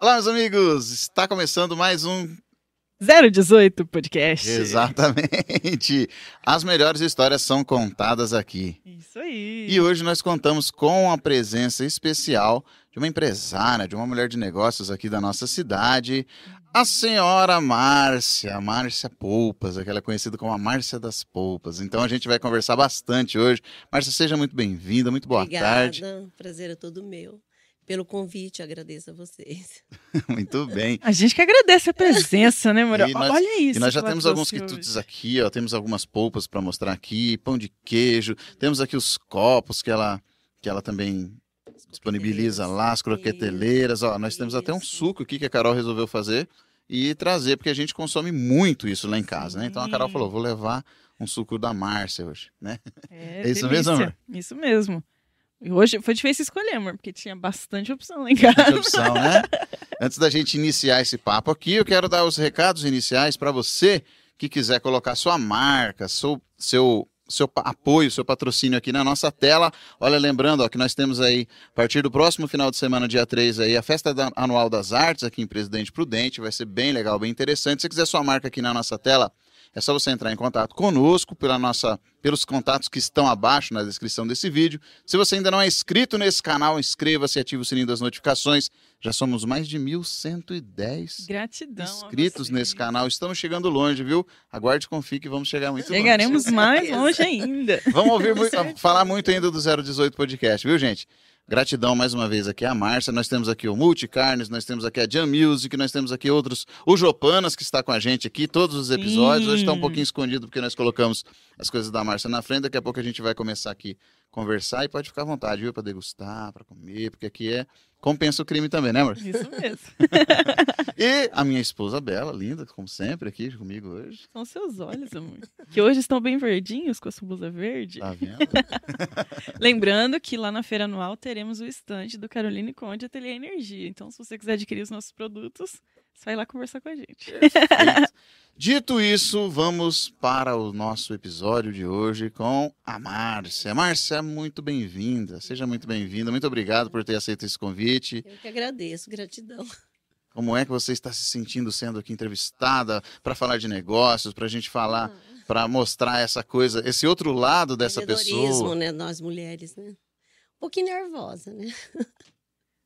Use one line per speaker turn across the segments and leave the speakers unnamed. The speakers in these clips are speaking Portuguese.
Olá, meus amigos! Está começando mais um
018 podcast.
Exatamente. As melhores histórias são contadas aqui.
Isso aí.
E hoje nós contamos com a presença especial de uma empresária, de uma mulher de negócios aqui da nossa cidade, a senhora Márcia, Márcia Poupas, aquela conhecida como a Márcia das Poupas. Então a gente vai conversar bastante hoje. Márcia, seja muito bem-vinda, muito boa
Obrigada,
tarde.
prazer é todo meu. Pelo convite, agradeço a vocês.
muito bem.
A gente que agradece a presença, né, Murilo?
E nós-
Olha isso.
E nós já
que ela
temos alguns
trouxe
quitutes
hoje.
aqui, ó. Temos algumas polpas para mostrar aqui, pão de queijo, temos aqui os copos que ela, que ela também disponibiliza lá, as croqueteleiras, ó. Nós temos até um
Isso.
suco aqui que a Carol resolveu fazer e trazer, porque a gente consome muito isso lá em casa, né? Então a Carol
Sim.
falou: vou levar um suco da Márcia hoje, né?
É,
É isso
delícia.
mesmo, amor?
Isso mesmo. E hoje foi difícil escolher, amor, porque tinha bastante opção lá em
Que
casa.
opção, né? Antes da gente iniciar esse papo aqui, eu quero dar os recados iniciais para você que quiser colocar sua marca, seu, seu, seu pa- apoio, seu patrocínio aqui na nossa tela. Olha, lembrando ó, que nós temos aí, a partir do próximo final de semana, dia 3, aí, a Festa da- Anual das Artes aqui em Presidente Prudente. Vai ser bem legal, bem interessante. Se você quiser sua marca aqui na nossa tela, é só você entrar em contato conosco pela nossa, pelos contatos que estão abaixo na descrição desse vídeo. Se você ainda não é inscrito nesse canal, inscreva-se e ative o sininho das notificações. Já somos mais de 1.110
Gratidão. a
inscritos
vocês.
nesse canal. Estamos chegando longe, viu? Aguarde, confie que vamos chegar muito
Chegaremos
Com
mais
certeza.
longe ainda.
longe. Vamos ouvir
Com
muito-
certeza.
falar muito ainda do 018 Podcast, viu, gente? Gratidão mais uma vez aqui a Márcia, nós temos aqui o Multicarnes, nós temos aqui a Jam Music, nós temos aqui outros, o Jopanas que está com a gente aqui, todos os episódios. Hoje está um
Sim.
pouquinho escondido porque nós colocamos as coisas da Márcia na frente, daqui a pouco a gente vai começar aqui a conversar e pode ficar à vontade, viu, para degustar, para comer, porque aqui é compensa o crime também, né, amor?
Isso mesmo.
E a minha esposa Bela, linda, como sempre, aqui comigo hoje.
São seus olhos, amor. Que hoje estão bem verdinhos com a sua blusa verde.
Tá vendo?
Lembrando que lá na feira anual teremos o estande do Caroline Conde Ateliê Energia. Então, se você quiser adquirir os nossos produtos, você vai lá conversar com a gente.
Perfeito. Dito isso, vamos para o nosso episódio de hoje com a Márcia. Márcia, muito bem-vinda. Seja muito bem-vinda. Muito obrigado por ter aceito esse convite.
Eu que agradeço, gratidão.
Como é que você está se sentindo sendo aqui entrevistada para falar de negócios, para a gente falar,
Ah.
para mostrar essa coisa, esse outro lado dessa
Empreendedorismo,
pessoa?
né? Nós mulheres, né? Um pouquinho nervosa, né?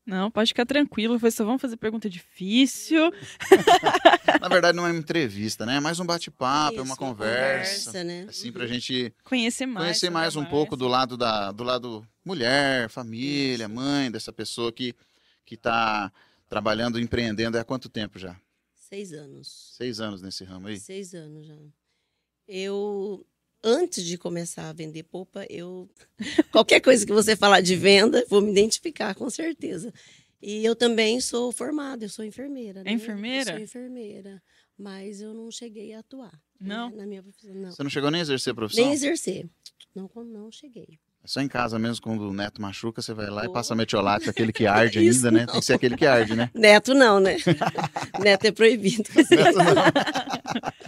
Não, pode ficar tranquilo, foi só vamos fazer pergunta difícil.
Na verdade, não é uma entrevista, né? É mais um bate-papo, é
Isso,
uma conversa.
né?
Assim, para a gente
Conhecer mais.
conhecer
sobre
mais
a
um
Márcia.
pouco do lado da do lado mulher, família, mãe dessa pessoa que que está trabalhando, empreendendo há quanto tempo já?
Seis anos.
Seis anos nesse ramo aí.
Seis anos já. Eu, antes de começar a vender polpa, eu. Qualquer coisa que você falar de venda, vou me identificar, com certeza. E eu também sou formada, eu sou enfermeira. né?
enfermeira?
Eu sou enfermeira. Mas eu não cheguei a atuar. né,
Não.
Na minha profissão, não.
Você não é chegou nem a exercer a profissão?
Nem exercer. Não, con- não cheguei.
É só em casa mesmo, quando o neto machuca, você vai lá e
Oh.
passa metiolate, aquele que arde
Isso
ainda, né?
não.
Tem que ser aquele que arde, né?
Neto não, né? Neto é proibido.
Neto não.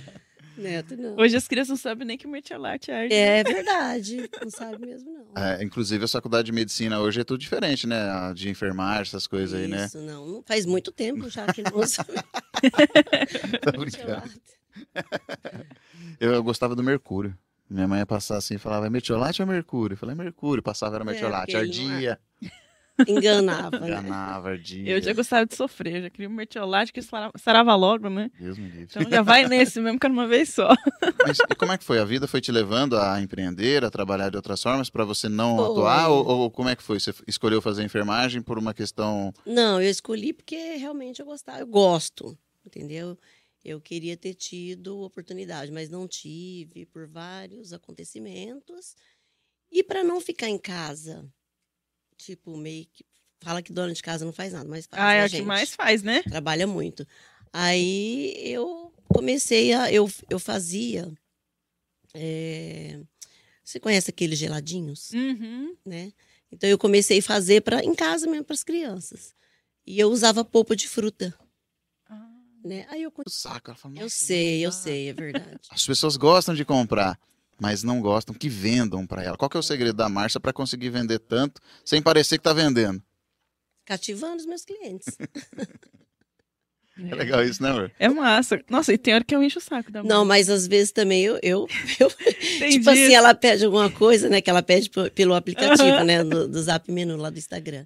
Neto não.
Hoje as crianças não sabem nem que o Mertiolate é arte.
É verdade. Não sabe mesmo, não.
É, inclusive, a faculdade de medicina hoje é tudo diferente, né? A De enfermagem, essas coisas aí, né?
Isso, não. não. Faz muito tempo já que não usa.
Tô brincando. Eu, eu gostava do mercúrio. Minha mãe ia passar assim e falava, é metiolate ou é mercúrio? Eu falei, é mercúrio. Passava, era
É,
metiolate.
porque ele não é-
ardia.
Enganava, né?
Enganava, ardia.
Eu já gostava de sofrer, eu já queria um Mertiolate que sarava- sarava logo, né?
Deus me livre.
Então já vai nesse mesmo que era uma vez só.
Mas e como é que foi? A vida foi te levando a empreender, a trabalhar de outras formas para você não
Foi.
atuar? Ou, ou como é que foi? Você f- escolheu fazer enfermagem por uma questão.
Não, eu escolhi porque realmente eu gostava. Eu gosto, entendeu? Eu queria ter tido oportunidade, mas não tive por vários acontecimentos. E para não ficar em casa, tipo, meio que. Fala que dona de casa não faz nada, mas faz.
Ah,
né,
é o que
gente?
mais faz, né?
trabalha muito. Aí eu comecei a. Eu, eu fazia. eh, você conhece aqueles geladinhos,
Uhum.
né? Então eu comecei a fazer pra, em casa mesmo para as crianças. E eu usava polpa de fruta,
Ah.
né? Aí eu. con-
Saco, ela fala,
Eu
"Nossa,
sei, eu
mas-
sei, é verdade.
As pessoas gostam de comprar, mas não gostam que vendam para ela. Qual que é o segredo da Márcia para conseguir vender tanto sem parecer que tá vendendo?
Cativando os meus clientes.
É legal isso, né, amor?
É massa. Nossa, e tem hora que eu encho o saco da mãe.
Não, mas às vezes também eu. eu, eu-
Entendi.
tipo assim, ela pede alguma coisa, né? Que ela pede p- pelo aplicativo,
Aham.
né? Do, do Zap Menu lá do Instagram.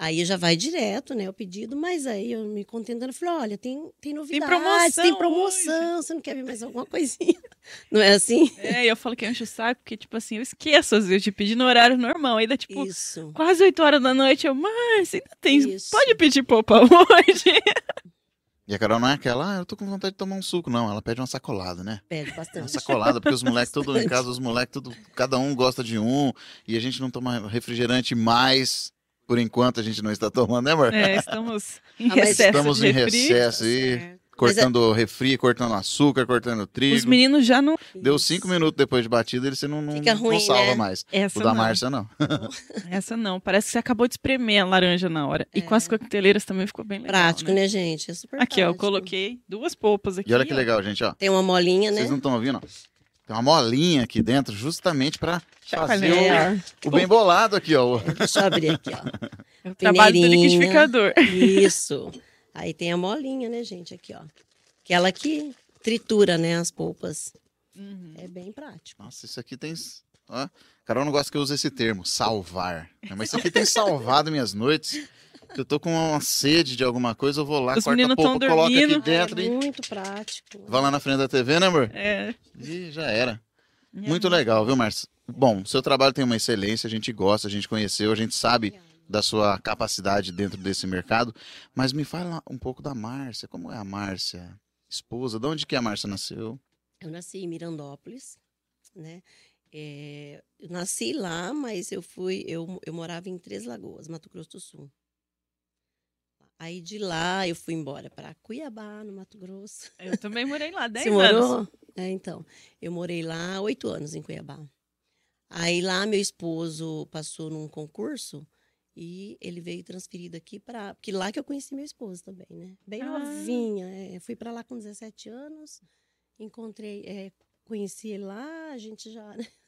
Aí já vai direto, né? O pedido, mas aí eu me contentando, falei: olha, tem, tem novidades,
promoção
tem promoção, você não quer ver mais alguma coisinha? Não é assim?
É, e eu falo que eu encho o saco, porque, tipo assim, eu esqueço às vezes de pedir no horário normal. Aí dá, tipo,
Isso.
quase 8 horas da noite. Eu, mas ainda tem.
Isso.
Pode pedir popa hoje?
E a Carol não é aquela, ah, eu tô com vontade de tomar um suco. Não, ela pede uma sacolada, né?
Pede
Uma
bastante.
sacolada, porque os moleques, todo em
Bastante.
casa, os moleques, tudo, cada um gosta de um. E a gente não toma refrigerante mais, por enquanto a gente não está tomando, né, amor?
É, estamos em
Ah, mas
recesso.
Estamos
de
em
refri.
recesso aí,
Certo.
cortando refri, cortando açúcar, cortando
Os
trigo.
meninos já não.
Deu cinco minutos depois de batida, ele você não, não,
Fica
não
ruim,
salva
né?
mais.
Essa
O da
não.
Márcia, não.
Essa não. Parece que você acabou de espremer a laranja na hora. E com as coqueteleiras também ficou bem legal.
É. Prático,
né?
né, gente? É super
Aqui, ó, eu
prático.
coloquei duas polpas aqui.
E olha que
ó.
legal, gente, ó.
Tem uma molinha, né?
Vocês não estão ouvindo, ó. Tem uma molinha aqui dentro, justamente pra
Tá
fazer
Chacoalhar.
o-
É, ó.
o, bem bolado aqui, ó.
Deixa eu abrir aqui, ó.
É o trabalho do
Peneirinha.
liquidificador.
Isso. Aí tem a molinha, né, gente? Aqui, ó. Que ela que tritura, né, as polpas.
Uhum.
É bem prático.
Nossa, isso aqui tem. Ó, Carol não gosta que eu use esse termo, salvar. né? Mas isso aqui tem salvado minhas noites. Eu tô com uma sede de alguma coisa, eu vou lá,
Os
corta a
meninos
polpa,
tão
coloca aqui
dormindo.
dentro
é
e
muito prático.
vai lá na frente da TV, né, amor?
É.
E já era.
Minha
Muito
mãe-
legal, viu, Márcio? Bom, seu trabalho tem uma excelência, a gente gosta, a gente conheceu, a gente sabe da sua capacidade dentro desse mercado. Mas me fala um pouco da Márcia. Como é a Márcia? Esposa, de onde que a Márcia nasceu?
Eu nasci em Mirandópolis, né? É, eu nasci lá, mas eu fui, eu, eu morava em Três Lagoas, Mato Grosso do Sul. Aí de lá eu fui embora para Cuiabá, no Mato Grosso.
Eu também morei lá 10
Você
anos.
morou? É, então. Eu morei lá oito anos em Cuiabá. Aí lá meu esposo passou num concurso e ele veio transferido aqui para. Porque lá que eu conheci meu esposo também, né? Bem
Ah.
novinha. é. Fui para lá com 17 anos, encontrei, é, conheci ele lá, a gente já. né?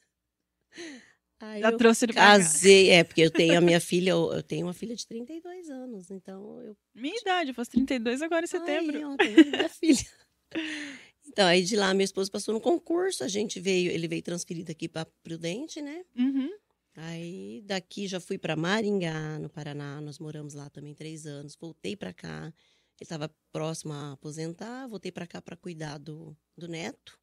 Aí
Já
eu
trouxe ele pra cá.
casei, é, porque eu tenho a minha filha, eu eu tenho uma filha de 32 anos, então eu
Minha idade, eu faço 32 agora em setembro.
Ai, ontem, eu e minha filha. Então, aí de lá, meu esposo passou no concurso, a gente veio, ele veio transferido aqui para Prudente, né?
Uhum.
Aí daqui já fui para Maringá, no Paraná, nós moramos lá também três anos, voltei para cá. Ele estava próximo a aposentar, voltei para cá para cuidar do, do neto.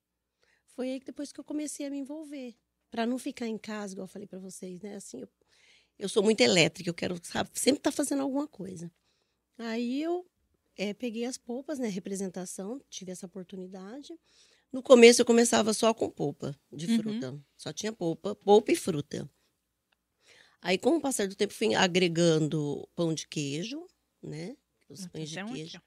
Foi aí que depois que eu comecei a me envolver, para não ficar em casa, igual eu falei para vocês, né? Assim, eu, eu sou muito elétrica, eu quero sabe, sempre estar fazendo alguma coisa. Aí eu eh, peguei as polpas, né? Representação, tive essa oportunidade. No começo eu começava só com polpa de
Uhum.
fruta, só tinha polpa, polpa e fruta. Aí, com o passar do tempo, fui agregando pão de queijo, né? Os
Nossa,
pães de
tem um aqui,
queijo.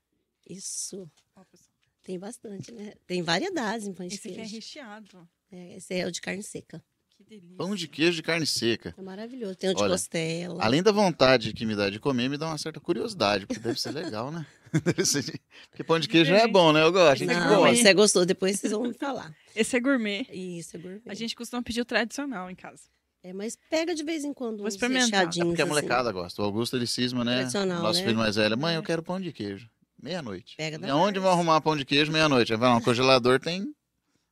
Isso.
ó. Ó, pessoal.
Tem bastante, né? Tem variedades em pães de
Esse aqui é
queijo.
recheado.
É, Esse é o de carne seca.
Que delícia.
Pão de queijo de carne seca.
É maravilhoso. Tem o de
Olha,
costela.
Além da vontade que me dá de comer, me dá uma certa curiosidade, porque deve ser legal, né? Deve ser- Porque pão de queijo é bom, né? Eu gosto, a gente
Não,
gosta.
Não, isso é gostoso. Depois vocês vão me falar.
Esse é gourmet.
Isso, é gourmet.
A gente costuma pedir o tradicional em casa.
É, mas pega de vez em quando
Vou
uns
experimentar.
É
recheadinhos.
porque a
assim.
molecada gosta. O Augusto ele cisma, né?
Tradicional,
Nosso
né?
filho mais velho. Mãe, eu quero pão de queijo. Meia-noite.
Pega da
E Onde
Mars.
vão arrumar pão de queijo meia-noite? Aí vai lá, no congelador tem.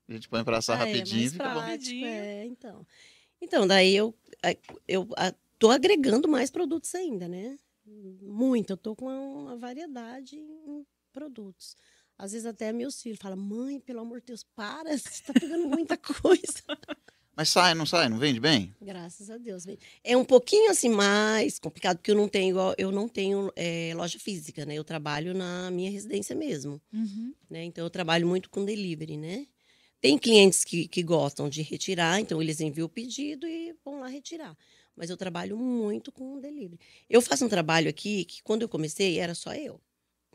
A gente põe pra assar
Ah,
rapidinho e
É,
fica
mais
bom.
prático,
Rapidinho.
é, então. Então, daí eu, a- eu a- tô agregando mais produtos ainda, né? Muito, eu tô com uma, uma variedade em produtos. Às vezes até meus filhos falam, mãe, pelo amor de Deus, para, você está pegando muita coisa.
Mas sai, não sai, não vende bem?
Graças a Deus. bem. É um pouquinho assim mais complicado, porque eu não tenho, igual- eu não tenho eh, loja física, né? Eu trabalho na minha residência mesmo né? Então eu trabalho muito com delivery, né? Tem clientes que, que gostam de retirar, então eles enviam o pedido e vão lá retirar. Mas eu trabalho muito com delivery. Eu faço um trabalho aqui que quando eu comecei era só eu,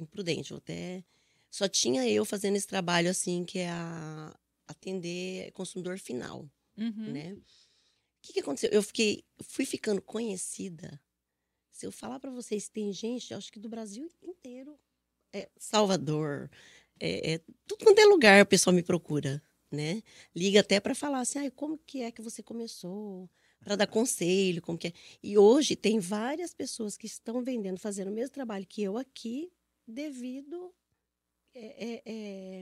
imprudente, eu até só tinha eu fazendo esse trabalho assim que é a atender consumidor final,
Uhum.
né? O que, que aconteceu? Eu fiquei, fui ficando conhecida. Se eu falar para vocês, tem gente, eu acho que do Brasil inteiro, é, Salvador, é, é, tudo quanto é lugar o pessoal me procura, né? Liga até para falar assim, ai, como que é que você começou? Para dar conselho, como que é? E hoje tem várias pessoas que estão vendendo, fazendo o mesmo trabalho que eu aqui, devido é- é-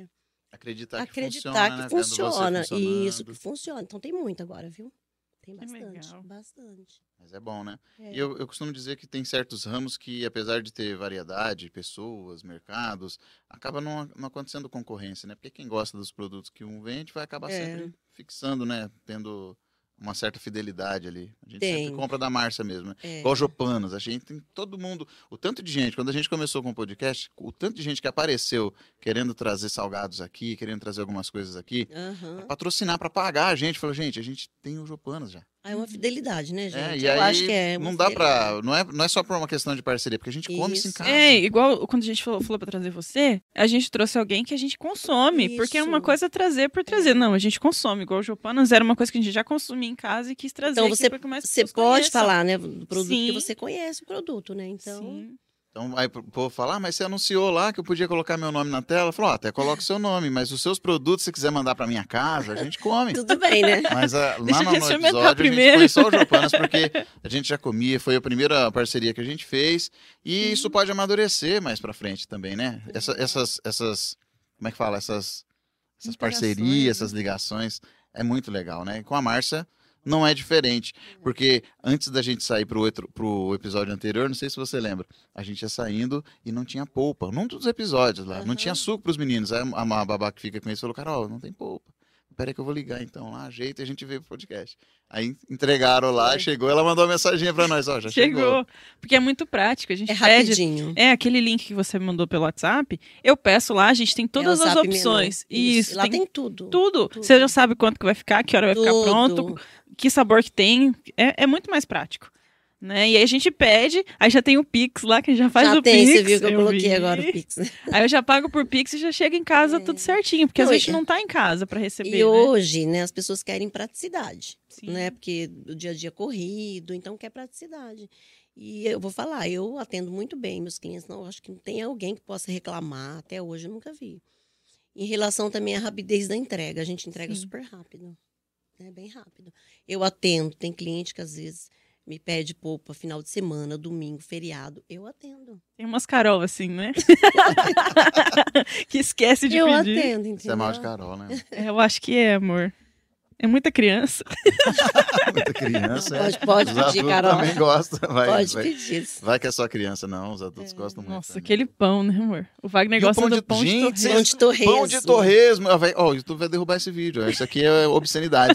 é
Acreditar,
acreditar que
que funciona.
funciona.
né? Vendo você
e Isso, que
funcionando.
funciona. Então tem muito agora, viu? Tem
Que
bastante.
legal.
Bastante.
Mas é bom, né?
É.
E eu, eu costumo dizer que tem certos ramos que, apesar de ter variedade, pessoas, mercados, acaba não, não acontecendo concorrência, né? Porque quem gosta dos produtos que um vende vai acabar
É.
sempre fixando, né? Tendo uma certa fidelidade ali. A gente
Tem.
sempre compra da Marcia mesmo, né?
É.
Igual Jopanas, a gente tem todo mundo, o tanto de gente, quando a gente começou com o podcast, o tanto de gente que apareceu querendo trazer salgados aqui, querendo trazer algumas coisas aqui,
Aham.
patrocinar para pagar a gente, falou, gente, a gente tem o Jopanas já.
Ah, É uma fidelidade, né, gente?
É, e
Eu
aí
acho que é. uma
não dá
fidelidade.
pra. Não é, não é só por uma questão de parceria, porque a gente come isso em
Isso.
casa.
É, igual quando a gente falou, falou pra trazer você, a gente trouxe alguém que a gente consome. Porque é uma
Isso.
coisa é trazer por trazer. Não, a gente consome. Igual o Jopanas era uma coisa que a gente já consumia em casa e quis trazer
Então
aqui
você-
pra que mais
Você
pessoas
pode
conheçam.
falar, né, do produto que
Sim.
você conhece o produto, né? Então,
Sim.
Então aí o povo fala, ah, mas você anunciou lá que eu podia colocar meu nome na tela. Falou, ó, até coloca o seu nome, mas os seus produtos, se quiser mandar pra minha casa, a gente come.
tudo bem, né?
Mas ah, lá
Deixa
no,
eu
no
experimentar
episódio
primeiro.
a gente foi só o Jopanas, porque a gente já comia, foi a primeira parceria que a gente fez. E
Hum.
isso pode amadurecer mais pra frente também, né? Essa- essas, essas, como é que fala? Essas, essas
Interações,
parcerias,
né?
essas ligações, é muito legal, né? E com a Márcia não é diferente, porque antes da gente sair pro, outro, pro episódio anterior, não sei se você lembra, a gente ia saindo e não tinha polpa, num dos episódios lá, não
Aham.
tinha suco pros meninos. Aí a, a babá que fica com isso falou, Carol, não tem polpa. Peraí que eu vou ligar então lá, ajeita e a gente veio pro podcast. Aí entregaram lá,
Foi.
chegou, ela mandou uma mensagem pra nós, ó, já chegou.
Chegou. Porque é muito prático. A gente
É
pede
rapidinho.
É, aquele link que você me mandou pelo WhatsApp, eu peço lá, a gente tem todas
É o
as
Zap
opções.
Menu.
Isso,
Lá
tem,
tem, tudo.
tudo.
tudo.
Você já sabe quanto que vai ficar, que hora vai ficar
Tudo.
pronto, que sabor que tem. É, é muito mais prático. Né? E aí a gente pede, aí já tem o Pix lá, que já faz
já
o
tem,
Pix.
você viu que eu, coloquei
vi.
agora o Pix, né?
Aí eu já pago por Pix e já chega em casa tudo certinho, porque
Não,
às vezes a
e-
gente não tá em casa pra receber, né?
E hoje, né, as pessoas querem praticidade.
Sim.
né? Porque o dia a dia é corrido, então quer praticidade. E eu vou falar, eu atendo muito bem meus clientes, não acho que não tem alguém que possa reclamar, até hoje eu nunca vi. Em relação também à rapidez da entrega, a gente entrega
Sim.
super rápido, né? Bem rápido. Eu atendo, tem cliente que às vezes me pede poupa final de semana, domingo, feriado, eu atendo.
Tem umas Carol assim, né? que esquece de
eu
pedir.
atendo, entendeu?
Isso é mal de Carol, né?
É, Eu acho que é, amor. É muita criança.
Muita criança. é.
Pode- pode
os
pedir,
adultos
Carol.
também gosta. Vai,
Pode
vai,
pedir. É,
vai que é só criança, não. Os adultos gostam muito.
Nossa,
também.
aquele pão, né, amor? O Wagner
E o
gosta
pão
do
de-
pão de
gente,
torresmo.
Pão
Pão
de torresmo.
de torresmo. Ah, vai- Ó, o YouTube vai derrubar esse vídeo. Isso aqui é obscenidade.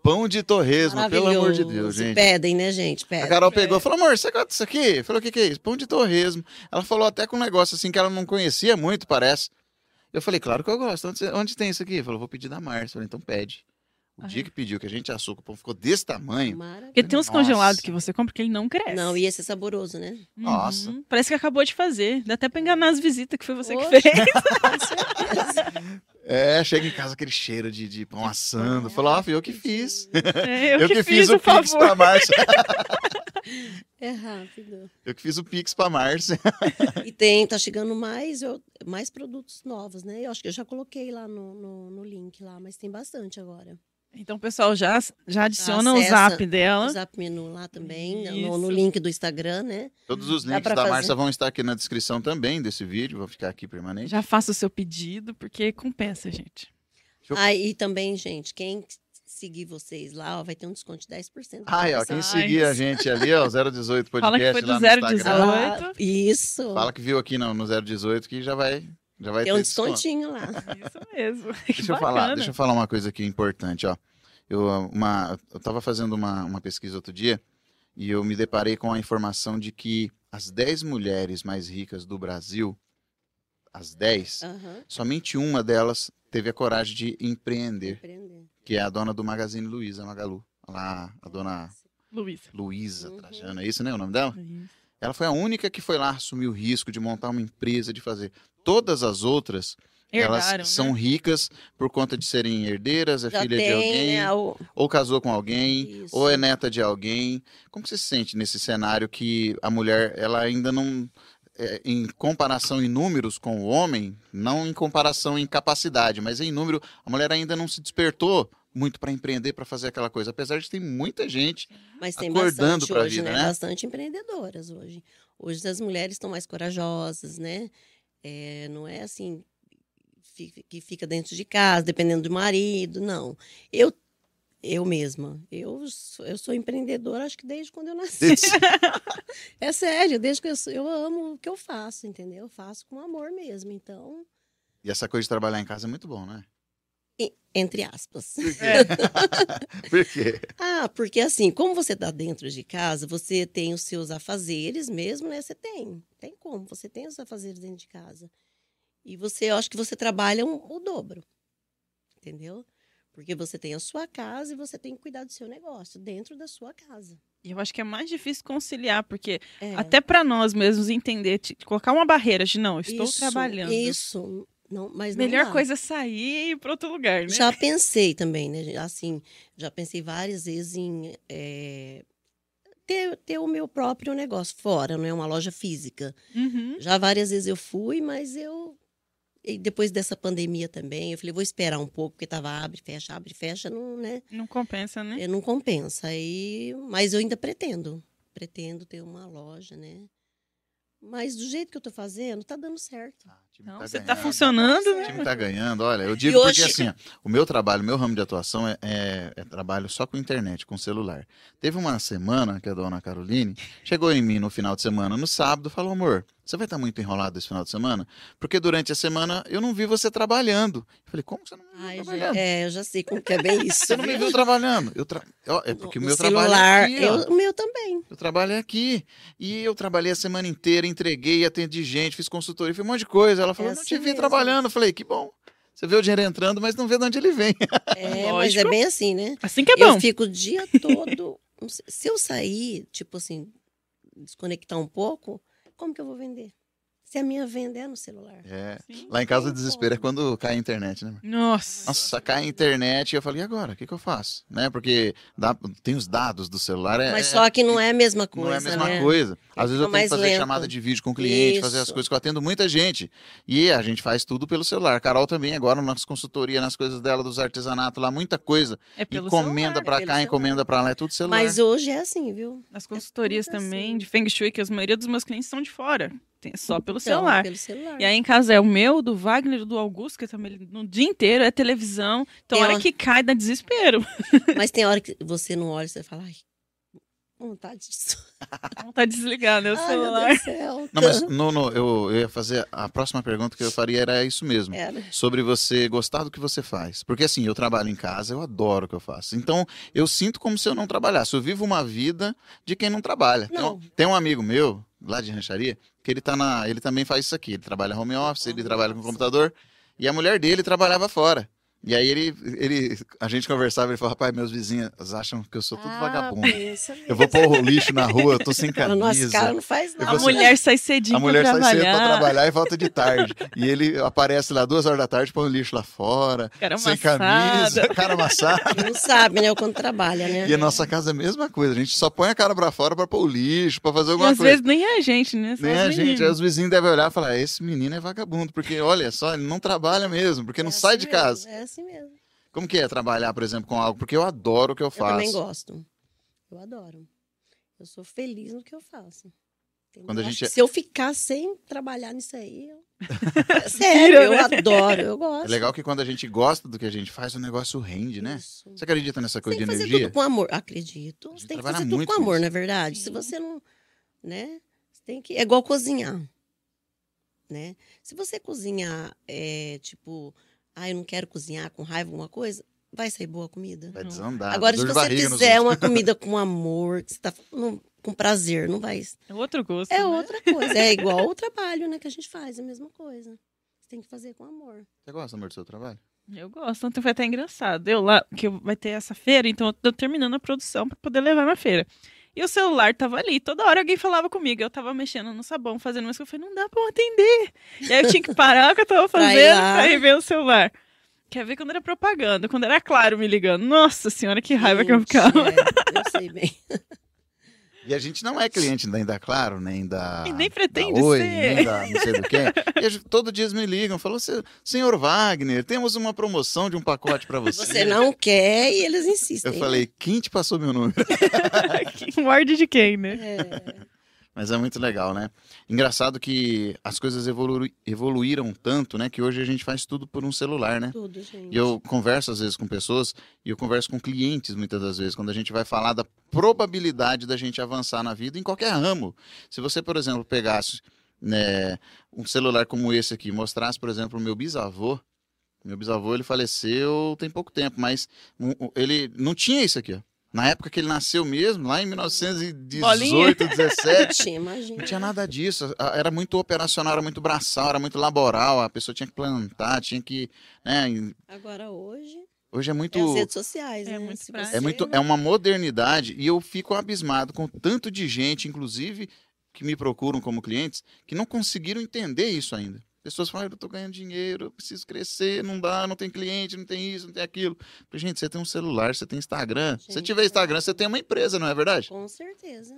Pão de torresmo, pelo amor de Deus,
Maravilhoso.
gente.
Pedem, né, gente?
A
É,
Pedem.
Carol pegou e falou, amor, você gosta disso aqui? Falou, o que, que é isso? Pão de torresmo. Ela falou até com um negócio assim que ela não conhecia muito, parece. Eu falei, claro que eu gosto. Onde, você- onde tem isso aqui? Falou, vou pedir da Márcia. Eu Falei, então pede. O
Ah,
dia
é?
que pediu, que a gente assou, que o pão ficou desse tamanho.
Maravilhoso.
Porque tem uns congelados
Nossa.
que você compra que ele não cresce.
Não, e esse é saboroso, né?
Uhum.
Nossa.
Parece que acabou de fazer. Dá até pra enganar as visitas que foi você
Oxe.
que fez.
É, chega em casa aquele cheiro de, de pão assando. Falou, ó, fui eu que fiz.
É, eu, que, fiz, o
Pix tá?
favor.
pra Márcia.
É rápido.
Eu que fiz o Pix pra Márcia.
E tem, tá chegando mais, eu- mais produtos novos, né? Eu acho que eu já coloquei lá no, no, no link lá, mas tem bastante agora.
Então, pessoal, já, já adiciona o
acessa.
zap
O
dela.
Zap Menu lá também, né? no,
Isso.
no link do Instagram, né?
Todos os
Dá
links
pra
da
fazer.
Márcia vão estar aqui na descrição também desse vídeo. Vão ficar aqui permanente.
Já faça o seu pedido, porque compensa, gente.
Eu-
Ah, e também, gente, quem seguir vocês lá, ó, vai ter um desconto de 10%.
Ai, ó, quem
Nossa,
seguir a gente ali, ó, 018 Podcast
Fala que foi do
lá no
018.
Instagram.
lá,
18.
Ah, Isso.
Fala que viu aqui no, no 018 que já vai, já vai
tem
ter
um
desconto.
descontinho lá.
Isso mesmo.
Deixa eu falar, deixa eu falar uma coisa aqui importante, ó. Eu uma eu tava fazendo uma, uma pesquisa outro dia e eu me deparei com a informação de que as 10 mulheres mais ricas do Brasil, as 10,
Aham.
somente uma delas teve a coragem de empreender,
Empreender.
que é a dona do Magazine Luiza, a Magalu. Lá, a dona
Luísa.
Luísa
Uhum.
Trajano, é isso, né, o nome dela? Ela foi a única que foi lá assumir o risco de montar uma empresa, de fazer. Todas as outras,
Herdaram,
elas são
né?
ricas por conta de serem herdeiras, é
Já
filha de
tem,
alguém,
né? o-
ou casou com alguém,
Isso.
ou é neta de alguém. Como que você se sente nesse cenário que a mulher, ela ainda não, é, em comparação em números com o homem, não em comparação em capacidade, mas em número, a mulher ainda não se despertou muito para empreender, para fazer aquela coisa, apesar de ter muita gente.
Mas tem
acordando
bastante
pra
hoje,
vida,
né?
né?
Bastante empreendedoras hoje. Hoje as mulheres estão mais corajosas, né? É, não é assim fi- que fica dentro de casa, dependendo do marido, não. Eu eu mesma. Eu, sou- eu sou empreendedora, acho que desde quando eu nasci. é sério, desde que eu, sou- eu amo o que eu faço, entendeu? Eu faço com amor mesmo. Então,
E essa coisa de trabalhar em casa é muito bom, né?
entre aspas.
Por quê?
Ah, porque assim, como você está dentro de casa, você tem os seus afazeres mesmo, né? Você tem. Tem como, você tem os afazeres dentro de casa. E você, eu acho que você trabalha um- o dobro. Entendeu? Porque você tem a sua casa e você tem que cuidar do seu negócio dentro da sua casa.
E eu acho que é mais difícil conciliar, porque
É,
até pra nós mesmos entender, te- colocar uma barreira de não, eu estou
isso,
trabalhando.
Isso. Não, mas não
Melhor
dá.
coisa é sair e ir pra outro lugar, né?
Já pensei também, né? gente? Assim, já pensei várias vezes em eh, ter, ter o meu próprio negócio fora, não é uma loja física.
Uhum.
Já várias vezes eu fui, mas eu. e depois dessa pandemia também, eu falei, vou esperar um pouco, porque tava abre, fecha, abre, fecha, não, né?
Não compensa,
Uhum.
né?
É, Não compensa. Aí, mas eu ainda pretendo. Pretendo ter uma loja, né? Mas do jeito que eu tô fazendo, tá dando certo.
Ah, o time
Não,
tá
você tá
ganhando.
funcionando,
O
né?
time tá ganhando, olha, eu digo porque
hoje-
assim, ó, o meu trabalho, o meu ramo de atuação é, é- é trabalho só com internet, com celular. Teve uma semana que a dona Caroline chegou em mim no final de semana, no sábado, falou, amor, você vai estar muito enrolado esse final de semana? Porque durante a semana eu não vi você trabalhando. Ah, Eu falei, como que você não me viu
Ai, já,
trabalhando?
é, eu já sei como que é bem isso.
Você não me viu trabalhando? Eu tra- ó, É porque o meu
celular,
trabalho é aqui, ó.
eu- o meu também.
Eu trabalho aqui. E eu trabalhei a semana inteira, entreguei, atendi gente, fiz consultoria, fiz um monte de coisa. Ela falou,
É
não
assim
te vi
mesmo.
trabalhando. Eu falei, que bom. Você vê o dinheiro entrando, mas não vê de onde ele vem.
É, mas
Lógico.
é bem assim, né?
Assim que é
eu
bom.
fico o dia todo. não sei, Se eu sair, tipo assim, desconectar um pouco, como que eu vou vender? Se a minha venda é no celular.
É.
Sim.
Lá em casa o
Tem
desespero é
como.
quando cai a internet, né? amor?
Nossa.
Nossa, cai a internet e eu falei, e agora? O que, que eu faço? Né? Porque dá- tem os dados do celular. É,
Mas
é-
só que não é a mesma
não
coisa,
é a mesma
né?
coisa. Às vezes eu tenho que
Fica mais
fazer
lento.
chamada de vídeo com o cliente, fazer as
Isso.
coisas que eu atendo muita gente. E a gente faz tudo pelo celular. Carol também, agora nas consultorias, nas coisas dela, dos artesanatos lá, muita coisa.
É pelo
encomenda
celular.
pra
pelo
cá,
celular.
encomenda pra lá, é tudo celular.
Mas hoje é assim, viu?
Nas consultorias
tudo assim.
também, de Feng Shui, que a maioria dos meus clientes são de fora. Tem- Só pelo
Então,
celular.
Pelo celular.
E aí em casa é o meu, do Wagner, do Augusto, que também ele- no dia inteiro é televisão. Então,
Tem um
a hora
hora-
que cai, dá desespero.
Mas tem hora que você não olha e você fala, ai, vontade disso.
Não tá desligado, é o
Ai, Ah, meu
celular.
Deus do céu.
Não, mas não, não, eu, eu ia fazer a próxima pergunta que eu faria era isso mesmo.
Era.
Sobre você gostar do que você faz. Porque assim, eu trabalho em casa, eu adoro o que eu faço. Então, eu sinto como se eu não trabalhasse. Eu vivo uma vida de quem não trabalha. Tem um-
Não.
Tem, um, amigo meu, lá de rancharia, que ele tá na. Ele também faz isso aqui. Ele trabalha home office, ele
Home
trabalha com
office.
computador. E a mulher dele trabalhava fora. E aí ele, ele. A gente conversava, ele falava, pai, meus vizinhos acham que eu sou tudo
Ah,
vagabundo.
pensa
Eu vou pôr o lixo na rua, eu tô sem
mesmo. Nossa,
camisa.
cara não faz
Eu
nada.
A
vou você-
mulher sai cedinho
A mulher
pra
sai
trabalhar.
cedo pra trabalhar e volta de tarde. e ele aparece lá duas horas da tarde, põe o lixo lá fora,
É
Cara
sem
amassada.
camisa, cara amassado.
Não sabe, né? O quanto trabalha, né?
E a nossa casa é a mesma coisa. A gente só põe a cara pra fora pra pôr o lixo, pra fazer
E
alguma
às
coisa.
vezes nem a gente, né? Só
Nem é
os
a gente, aí
meninos.
os vizinhos devem olhar e falar: esse menino é vagabundo, porque olha só, ele não trabalha mesmo, porque não
É
sai
assim
de
mesmo,
casa.
É assim mesmo.
Como que é trabalhar, por exemplo, com algo? Porque eu adoro o que eu
Eu também
faço. É
gosto. Eu adoro. Eu sou feliz no que eu faço. Entendeu?
Quando a
Eu acho
gente
que
é-
Se eu ficar sem trabalhar nisso aí, eu... Sério, eu
né?
adoro, eu
É
gosto.
legal que quando a gente gosta do que a gente faz, o negócio rende, né?
Isso.
Você acredita nessa
Você
coisa
tem que
de
fazer
energia?
tudo com amor, acredito.
gente
Você tem que
trabalha
fazer tudo
muito
com amor,
nisso.
na verdade. Se
Sim.
você não, né? Você tem que é igual cozinhar, né? Se você cozinhar, é, tipo, ah, eu não quero cozinhar com raiva alguma coisa, vai sair boa a comida?
Vai desandar.
Agora,
dor
se
de
você
barriga nos
fizer
outros.
uma comida com amor, que você tá não- com prazer, não vai.
É outro gosto.
É
né?
outra coisa. É igual o trabalho, né, que a gente faz, é a mesma coisa. Você tem que fazer com amor.
Você gosta, amor, do seu trabalho?
Eu gosto, então foi até engraçado. Eu lá, que eu- vai ter essa feira, então eu tô terminando a produção pra poder levar na feira. E o celular tava ali, toda hora alguém falava comigo. Eu tava mexendo no sabão, fazendo umas coisas, eu falei, não dá pra eu atender. E aí eu tinha que parar o que eu tava
Pra ir
fazendo
lá.
pra ir ver o celular. Quer ver quando era propaganda, quando era claro me ligando. Nossa senhora, que raiva que eu
Gente,
ficava.
é, eu sei bem.
E a gente não é cliente nem da Claro, nem da.
Ah,
E nem pretende
da Oi,
ser.
né?
Nem da não sei do que. E a gente- todo dia eles me ligam, falam: "Se- senhor Wagner, temos uma promoção de um pacote pra você.
Você não quer e eles insistem.
Eu falei: quem te passou meu número?
Que- Morde de quem, né?
É,
Mas é muito legal, né? Engraçado que as coisas evolu evoluíram tanto, né? Que hoje a gente faz tudo por um celular, né?
Tudo, gente.
E eu converso às vezes com pessoas e eu converso com clientes muitas das vezes, quando a gente vai falar da probabilidade da gente avançar na vida em qualquer ramo. Se você, por exemplo, pegasse né, um celular como esse aqui, e mostrasse, por exemplo, o meu bisavô, meu bisavô ele faleceu tem pouco tempo, mas um, um, ele não tinha isso aqui, ó. Na época que ele nasceu mesmo, lá em 1918,
Bolinha.
17,
Tinha, imagina.
não tinha nada disso. a- Era muito operacional, era muito braçal, era muito laboral. A pessoa tinha que plantar, tinha que. né, e
Agora hoje
Hoje é muito.
é as redes sociais,
É
né?
muito
Se
prático.
você
É muito,
não-
é uma modernidade e eu fico abismado com o tanto de gente, inclusive que me procuram como clientes, que não conseguiram entender isso ainda. Pessoas falam, "Ah, eu tô ganhando dinheiro, eu preciso crescer, não dá, não tem cliente, não tem isso, não tem aquilo. Eu Falei, gente, você tem um celular, você tem Instagram. Se você
Gente,
tiver Instagram, você tem uma empresa, não é verdade?
Com certeza.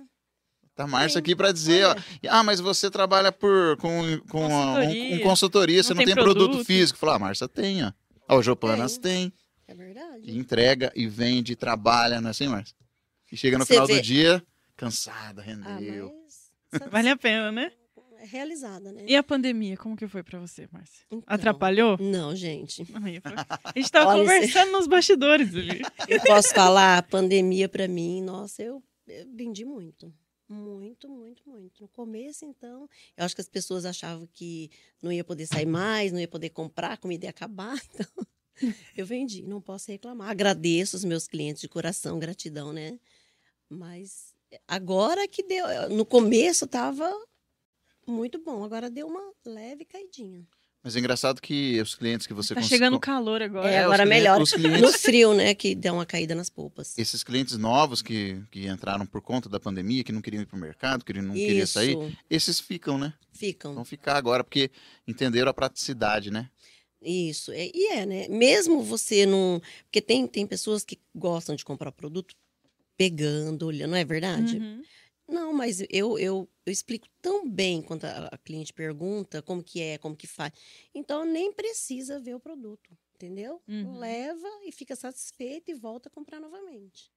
Tá a Márcia
Sim.
aqui para dizer, ó,
Olha,
ah, mas você trabalha por com, com a- um,
Consultoria.
um consultoria, você não, tem, produto, físico. Falar, ah, Márcia tem, ó. Ó, o Jopanas tem.
É
E
verdade.
entrega e vende, trabalha, não é assim, Márcia? E chega no
Você
final
vê-
do dia, cansada,
Ah,
rendeu.
mas... sabe-
Vale a pena, né?
é Realizada, né?
E a pandemia, como que foi pra você, Márcia?
Então,
Atrapalhou?
Não, gente.
Ai, foi- A gente tava
Olha,
conversando nos bastidores ali.
Eu posso falar, a pandemia pra mim, nossa, eu, eu vendi muito. Muito, muito, muito. No começo, então, eu acho que as pessoas achavam que não ia poder sair mais, não ia poder comprar, a comida ia acabar. Então, eu vendi, não posso reclamar. Agradeço os meus clientes de coração, gratidão, né? Mas agora que deu. No começo tava muito bom, agora deu uma leve caidinha.
Mas é engraçado que os clientes que você
Tá
cons-
chegando
con-
calor agora.
É,
É,
os
agora
clientes-
melhor.
os
No
clientes-
frio, né? Que deu uma caída nas polpas.
Esses clientes novos que, que entraram por conta da pandemia, que não queriam ir pro mercado, que não queriam sair,
Isso,
esses ficam, né?
Ficam.
Vão ficar agora, porque entenderam a praticidade, né?
Isso, é, e é, né? Mesmo você não. Porque tem, tem pessoas que gostam de comprar produto pegando, olhando, não é verdade?
Uhum.
Não, mas eu, eu, eu explico tão bem quando a, a cliente pergunta como que é, como que faz. Então nem precisa ver o produto, entendeu?
Uhum.
Leva e fica satisfeita e volta a comprar novamente.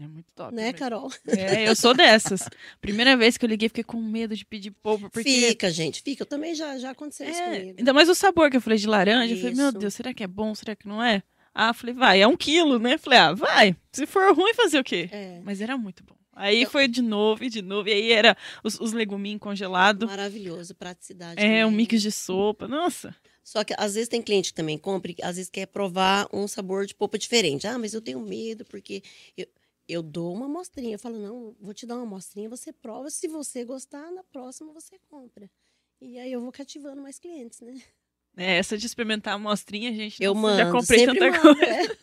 É muito top.
né,
mesmo.
Carol?
É, eu sou dessas. Primeira vez que eu liguei, fiquei com medo de pedir polpa, porque.
Fica, gente, fica. Eu também já, já aconteceu isso
É,
comigo.
ainda mais o sabor que eu falei de laranja. Eu falei, meu
Isso.
Deus, será que é bom? Será que não é? Ah, falei, vai, é um quilo, né? Falei, ah, vai. Se for ruim, fazer o quê?
É,
Mas era muito bom. Aí
Eu-
foi de novo e de novo. E aí era os, os leguminhos congelados.
maravilhoso, praticidade.
É, um
também.
mix de sopa. Nossa.
Só que às vezes tem cliente que também compra e às vezes quer provar um sabor de polpa diferente. Ah, mas eu tenho medo porque eu, eu dou uma amostrinha. Eu falo, não, vou te dar uma amostrinha, você prova. Se você gostar, na próxima você compra. E aí eu vou cativando mais clientes, né?
É, essa de experimentar a amostrinha, gente.
eu
nossa,
mando,
já comprei
sempre
tanta
mando,
coisa.
é.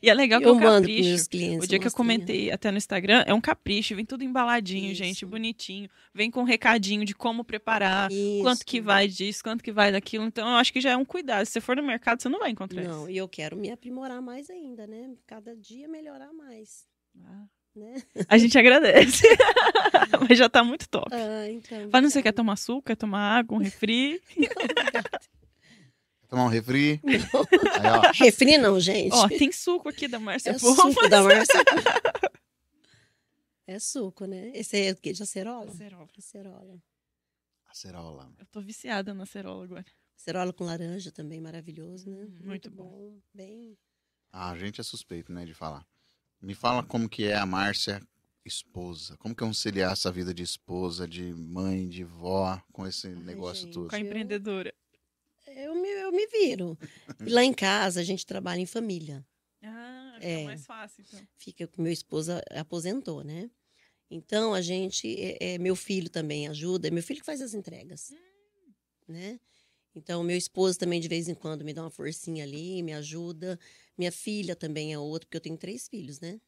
E é legal que é
Eu
um
mando pros
capricho.
meus clientes.
O dia que eu
amostrinha.
comentei até no Instagram, é um capricho, vem tudo embaladinho,
Isso.
gente, bonitinho. Vem com um recadinho de como preparar,
Isso.
ah, quanto que vai disso, quanto que vai daquilo. Então, eu acho que já é um cuidado. Se você for no mercado, você não vai encontrar
Não,
isso.
e eu quero me aprimorar mais ainda, né? Cada dia melhorar mais.
Ah.
Né?
A gente agradece. Mas já tá muito top.
Ah, então.
Fala, não sei, é
obrigada.
quer tomar suco, quer tomar água, um refri?
Tomar um refri. Aí, ó,
Refri não, gente.
Ó, tem suco aqui da Márcia
É
Pompa.
suco da Márcia. é suco, né? Esse é o quê? De acerola?
Acerola.
Acerola.
acerola.
Eu tô viciada na acerola agora.
Acerola com laranja também, maravilhoso, né?
Hum, muito bom.
Bem...
Ah, a gente é suspeito, né, de falar. Me fala como que é a Márcia esposa. Como que é conciliar essa vida de esposa, de mãe, de vó, com esse negócio
gente.
todo?
Com a empreendedora.
Eu me, eu me viro. E Lá em casa, a gente trabalha em família.
Ah,
É.
é mais fácil, então.
Fica com meu esposo a- aposentou, né? Então, a gente... É, é, meu filho também ajuda. É meu filho que faz as entregas, né? Então, meu esposo também, de vez em quando, me dá uma forcinha ali, me ajuda. Minha filha também é outra, porque eu tenho três filhos, né?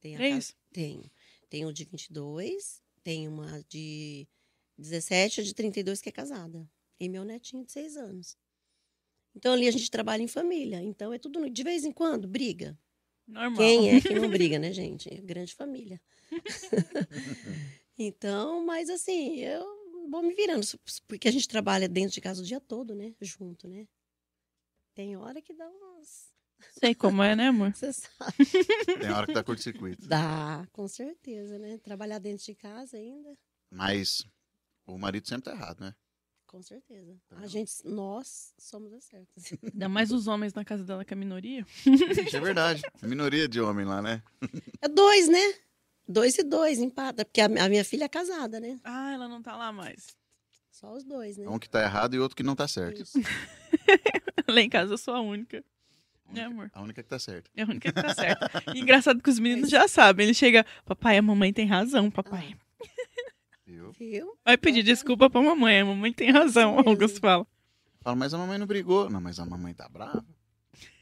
Tem a Cas-
Três?
Tenho. Tenho de 22, tenho uma de 17, a de 32 que é casada. E meu netinho de 6 anos. Então ali a gente trabalha em família. Então é tudo. no- De vez em quando, briga.
Normal.
Quem é que não briga, né, gente? É grande família. então, mas assim, eu vou me virando. su- su- Porque a gente trabalha dentro de casa o dia todo, né? Junto, né? Tem hora que dá umas.
Sei como é, né, amor?
Você sabe.
Tem hora que tá dá curto-circuito.
Dá, com certeza, né? Trabalhar dentro de casa ainda,
Mas o marido sempre tá errado, né?
com certeza.
Tá.
A gente, nós somos as certas.
Ainda mais os homens na casa dela que é minoria.
É verdade. Minoria de homem lá, né?
É dois, né? Dois e dois, empata. Porque a, a minha filha é casada, né?
Ah, ela não tá lá mais.
Só os dois, né?
É Um que tá errado e outro que não tá certo.
Isso.
Lá em casa eu sou a única.
A única-
É, amor.
A única que tá certa.
É a única que tá certa. E engraçado que os meninos já sabem. Ele chega, papai, a mamãe tem razão, papai.
Viu?
Viu?
Vai pedir desculpa pra mamãe, a mamãe tem razão,
Isso mesmo.
Augusto fala.
Fala, mas a mamãe não brigou. Não, mas a mamãe tá brava.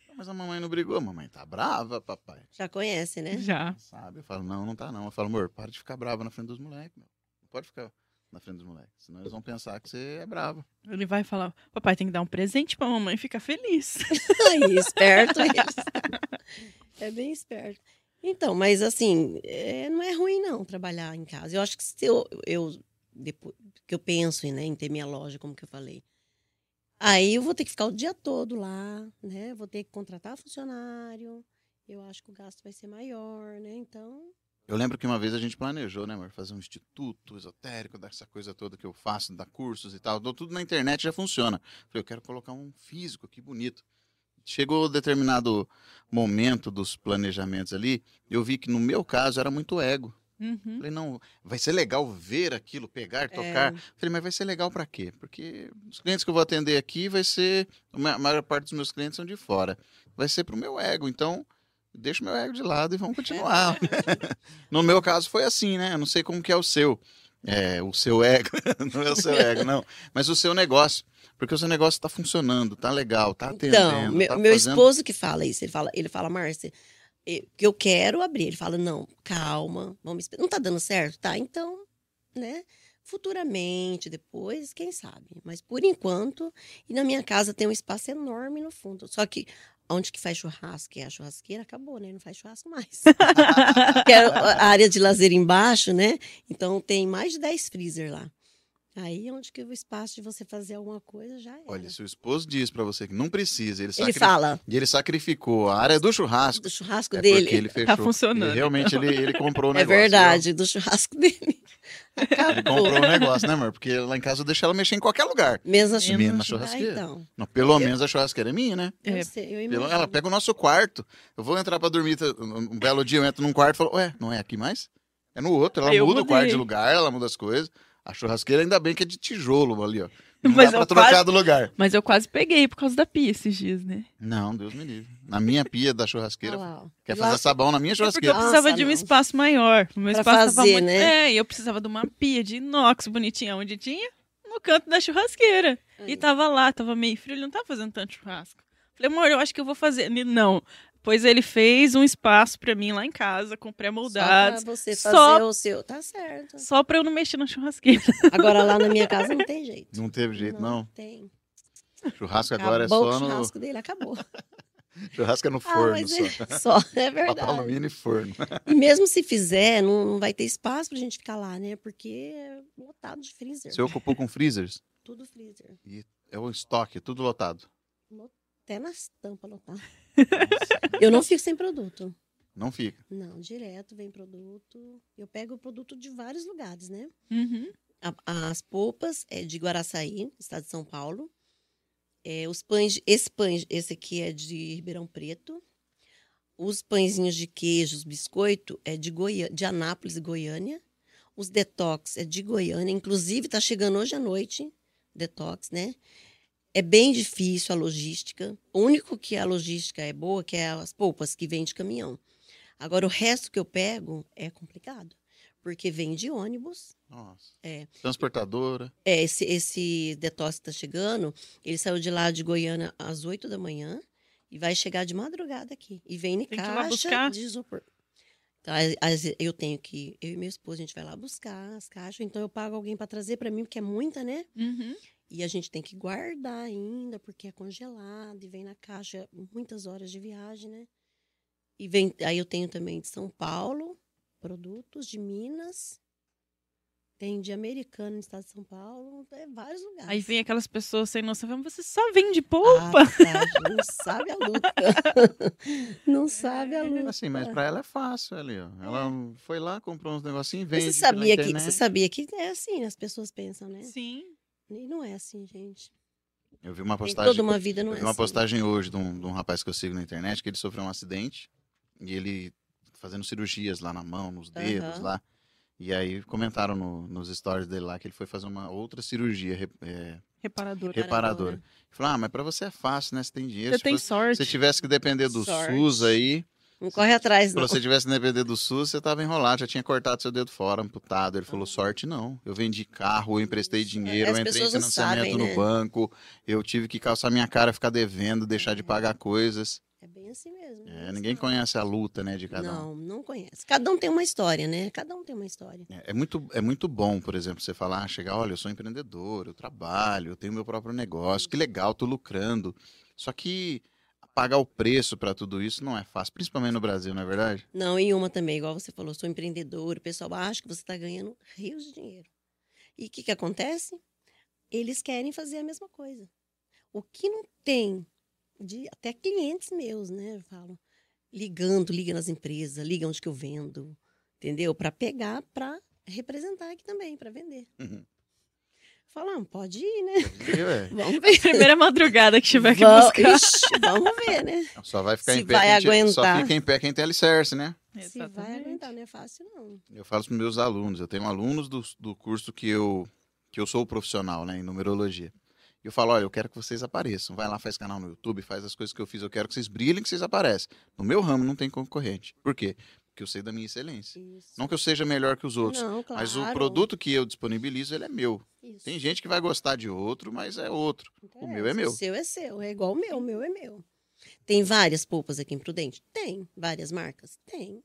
Não, Mas a mamãe não brigou. A mamãe tá brava, papai.
Já conhece, né?
Já.
Sabe? Eu falo, não, não tá não. Eu falo, amor, para de ficar brava na frente dos moleques, meu. Não pode ficar na frente dos moleques. Senão eles vão pensar que você é brava.
Ele vai falar, papai tem que dar um presente pra mamãe ficar feliz.
Aí, esperto isso. É bem esperto. Então, mas assim, é, não é ruim não trabalhar em casa. Eu acho que se eu, eu depois que eu penso em, né, em ter minha loja, como que eu falei, aí eu vou ter que ficar o dia todo lá, né? Vou ter que contratar funcionário. Eu acho que o gasto vai ser maior, né? Então,
Eu lembro que uma vez a gente planejou, né, amor? Fazer um instituto esotérico, dessa coisa toda que eu faço, dar cursos e tal. Dou tudo na internet, já funciona. Falei, eu quero colocar um físico aqui bonito. Chegou determinado momento dos planejamentos ali, eu vi que no meu caso era muito ego.
Uhum.
Falei, não, vai ser legal ver aquilo,
É.
pegar, tocar. Falei, mas vai ser legal pra quê? Porque os clientes que eu vou atender aqui vai ser. A ma- maior parte dos meus clientes são de fora. Vai ser pro meu ego. Então, deixa o meu ego de lado e vamos continuar. no meu caso foi assim, né? Eu não sei como que é o seu. É, o seu ego. não é o seu ego, não. Mas o seu negócio. Porque o seu negócio tá funcionando, tá legal, tá atendendo.
Então, meu,
tá
meu
fazendo-
esposo que fala isso, ele fala, ele fala, Márcia, eh, que eu quero abrir. Ele fala, não, calma, vamos esperar. Não tá dando certo? Tá, então, né? Futuramente, depois, quem sabe. Mas por enquanto, e na minha casa tem um espaço enorme no fundo. Só que onde que faz churrasco, e a churrasqueira acabou, né? Não faz churrasco mais. que é a área de lazer embaixo, né? Então tem mais de 10 freezer lá. Aí onde que o espaço de você fazer alguma coisa já é.
Olha, seu esposo diz pra você que não precisa. Ele,
Ele
sacri-
fala,
E ele sacrificou a área do churrasco.
do churrasco
É
dele.
porque ele fechou.
Tá funcionando,
Ele realmente ele, ele comprou o
É
negócio.
verdade, do churrasco dele.
viu? Ele
Acabou.
comprou o negócio, né, amor? Porque lá em casa eu deixo ela mexer em qualquer lugar.
Mesmo a
Mesmo na
churrasqueira.
churrasqueira.
Ah, então.
Não, pelo menos a churrasqueira é minha, né?
Eu
É,
sei, eu
Pelo-
imagino.
ela pega o nosso quarto. Eu vou entrar pra dormir. tá- Um um belo dia eu entro num quarto e falo, ué, não é aqui mais? É no outro. Ela
Eu
muda o quarto de
mudei.
lugar, ela muda as coisas. A churrasqueira ainda bem que é de tijolo ali, ó. Não
Mas
dá
é
pra
eu
trocar
quase-
do lugar.
Mas eu quase peguei por causa da pia esses dias, né?
Não, Deus me livre. Na minha pia da
Olha
churrasqueira.
Ah, lá, ó.
Quer
E lá-
fazer sabão na minha
É porque eu
churrasqueira.
precisava
Nossa,
de um
não.
espaço maior. O meu
Pra
espaço tava
fazer,
muito...
né?
É, e eu precisava de uma pia de inox bonitinha. Onde tinha? No canto da churrasqueira. E
Aí.
tava lá, tava meio frio, ele não tava fazendo tanto churrasco. Falei, amor, eu acho que eu vou fazer. Ele, não. Pois ele fez um espaço pra mim lá em casa, com pré-moldados.
Só pra você
Só-
fazer o seu. Tá certo.
Só pra eu não mexer na churrasqueira.
Agora lá na minha casa não tem jeito.
Não teve jeito, não.
Tem.
Churrasco agora
Acabou
é
o
só no.
churrasco dele, acabou.
Churrasco é no
Ah,
forno
mas
só. Tá
ele... só, é
Papel
verdade.
alumínio e forno.
E mesmo se fizer, não, não vai ter espaço pra gente ficar lá, né? Porque é lotado de freezer.
Você ocupou com freezers?
Tudo freezer.
É um estoque, tudo lotado.
Até nas tampas lotado.
Nossa,
Eu não fico sem produto.
não fica.
Não, direto vem produto. Eu pego o produto de vários lugares, né?
Uhum.
A- as polpas é de Guaraçaí, estado de São Paulo. É, os pães, de- esse pães, esse aqui é de Ribeirão Preto. Os pãezinhos de queijo, os biscoito é de Goiânia, de Anápolis, Goiânia. Os detox é de Goiânia, inclusive tá chegando hoje à noite, detox, né? É bem difícil a logística. O único que a logística é boa, que é as polpas que vem de caminhão. Agora o resto que eu pego é complicado, porque vem de ônibus,
Nossa.
É.
Transportadora.
é, esse, esse detox que tá chegando, ele saiu de lá de Goiânia às 8 da manhã e vai chegar de madrugada aqui. E vem em
Tem que ir lá
caixa
buscar?
de isopor. Então, as- as- eu tenho que, eu e meu esposo, a gente vai lá buscar as caixas, então eu pago alguém para trazer para mim, porque é muita, né?
Uhum.
E a gente tem que guardar ainda, porque é congelado e vem na caixa muitas horas de viagem, né? E vem, aí eu tenho também de São Paulo, produtos de Minas. Tem de americano no estado de São Paulo, é vários lugares.
Aí vem aquelas pessoas sem noção, falando, você só vende
Ah,
polpa?
tá, não sabe a luta. não sabe a luta.
Assim, mas pra ela é fácil ali, ó. Ela foi lá, comprou uns negocinhos, vende
É. Você
pela
sabia, que, você
internet.
sabia que é assim, as pessoas pensam, né?
Sim.
E não é assim, gente.
Eu vi uma
Tem
postagem.
toda uma vida, não
Eu
é
vi uma
assim.
postagem hoje de um, de um rapaz que eu sigo na internet que ele sofreu um acidente e ele fazendo cirurgias lá na mão, nos dedos
Aham.
lá. E aí comentaram no- nos stories dele lá que ele foi fazer uma outra cirurgia re- é,
Reparador.
reparadora.
Repa- Reparadora.
Falou, ah, mas pra você é fácil, né? Você tem dinheiro.
Você
Se
tem
fosse- se
sorte.
você tivesse que depender do
Sorte.
SUS aí,
Não corre atrás,
se
não.
você tivesse que depender do SUS, você tava enrolado, já tinha cortado seu dedo fora, amputado. Ele falou, sorte não. Eu vendi carro, eu emprestei dinheiro, eu
Ah. As
entrei em
pessoas não
financiamento
sabem,
no
né?
banco, eu tive que calçar minha cara, ficar devendo, deixar de pagar coisas.
É bem assim mesmo.
É, ninguém conhece a luta, né, de cada um.
Não, não conhece. Cada um tem uma história, né? Cada um tem uma história.
É é muito, é muito bom, por exemplo, você falar, "Ah, chegar, olha, eu sou empreendedor, eu trabalho, eu tenho meu próprio negócio, que legal, tô lucrando. Só que pagar o preço para tudo isso não é fácil, principalmente no Brasil, não é verdade?
Não, e uma também, igual você falou, sou empreendedor, o pessoal acha que você está ganhando rios de dinheiro. E o que, que acontece? Eles querem fazer a mesma coisa. O que não tem, de até clientes meus, né? Eu falo, ligando, liga nas empresas, liga onde que eu vendo, entendeu? Para pegar, para representar aqui também, para vender.
Uhum.
Falam, pode ir, né?
E, ué,
Vamos ver.
Primeira madrugada que tiver que
Vamos-
buscar.
Ixi, vamos ver, né?
só vai ficar
Se
em pé.
vai
quem ti- Só
aguentar.
fica em pé quem tem alicerce, né?
Se vai aguentar, não é fácil, não.
Eu falo para meus alunos, eu tenho alunos do, do curso que eu, que eu sou o profissional, né, em numerologia. E eu falo, olha, eu quero que vocês apareçam. Vai lá, faz canal no YouTube, faz as coisas que eu fiz, eu quero que vocês brilhem, que vocês apareçam. No meu ramo não tem concorrente. Por quê? Porque eu sei da minha excelência.
Isso.
Não que eu seja melhor que os outros,
Não, claro.
mas o produto que eu disponibilizo, ele é meu.
Isso.
Tem gente que vai gostar de outro, mas é outro.
Não
o
interessa,
meu é meu.
O seu é seu, é igual o meu, o meu é meu. Tem várias polpas aqui em Prudente? Tem. Várias marcas? Tem.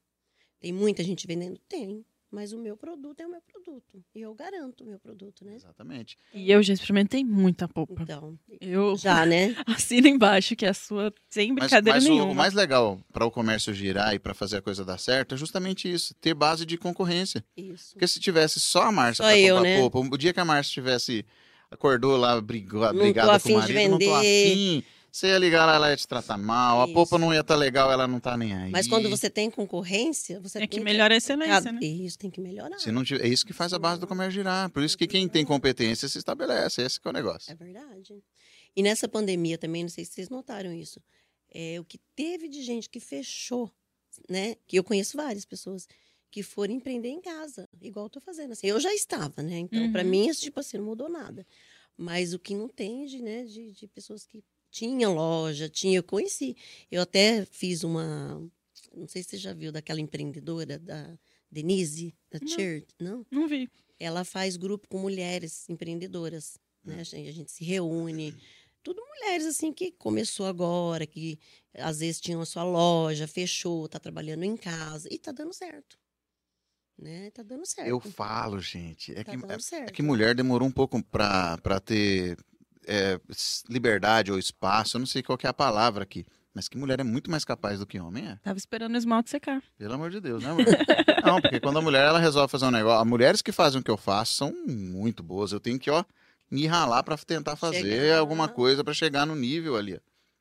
Tem muita gente vendendo? Tem. Mas o meu produto é o meu produto. E eu garanto o meu produto, né?
Exatamente.
E eu já experimentei muita polpa.
Então,
Eu
já, né?
assino embaixo que a sua, sem
Mas,
brincadeira
mas o,
nenhuma.
o mais legal para o comércio girar e para fazer a coisa dar certo é justamente isso, ter base de concorrência.
Isso.
Porque se tivesse só a Márcia
Só
pra
eu,
comprar
né?
polpa, o dia que a Márcia tivesse acordou lá, brigou,
tô
brigada com
afim
o
de
marido, não tô
vender.
afim, você ia ligar lá, ela ia te tratar mal, a
Isso.
polpa não ia estar legal, ela não tá nem aí.
Mas quando você tem concorrência, você
É que
tem
melhora a excelência,
Cada-
né?
Isso, tem que melhorar.
Se não tiver- é isso que faz a base do comércio girar. Por isso que quem tem competência se estabelece, esse que é o negócio.
É verdade. E nessa pandemia também, não sei se vocês notaram isso, é, o que teve de gente que fechou, né? Que eu conheço várias pessoas que foram empreender em casa, igual eu tô fazendo. Assim, eu já estava, né? Então,
Uhum.
para mim, isso, tipo assim, não mudou nada. Mas o que não tem de, né, de, de pessoas que tinham loja, tinha, eu conheci. Eu até fiz uma. Não sei se você já viu daquela empreendedora da Denise, da
Não.
Church, não?
Não vi.
ela faz grupo com mulheres empreendedoras, né?
Hum.
A gente, a gente se reúne, tudo mulheres assim que começou agora, que às vezes tinham a sua loja, fechou, tá trabalhando em casa e tá dando certo. Né? Tá dando certo.
Eu falo, gente, é
tá
que,
dando
é-
certo.
é que mulher demorou um pouco pra, pra ter é, s- liberdade ou espaço, eu não sei qual que é a palavra aqui. Mas que mulher é muito mais capaz do que homem, é?
Tava esperando o esmalte secar.
Pelo amor de Deus, né, amor? Não, porque quando a mulher ela resolve fazer um negócio, as mulheres que fazem o que eu faço são muito boas. Eu tenho que, ó, me ralar pra tentar fazer
Chegar.
alguma coisa pra chegar no nível ali.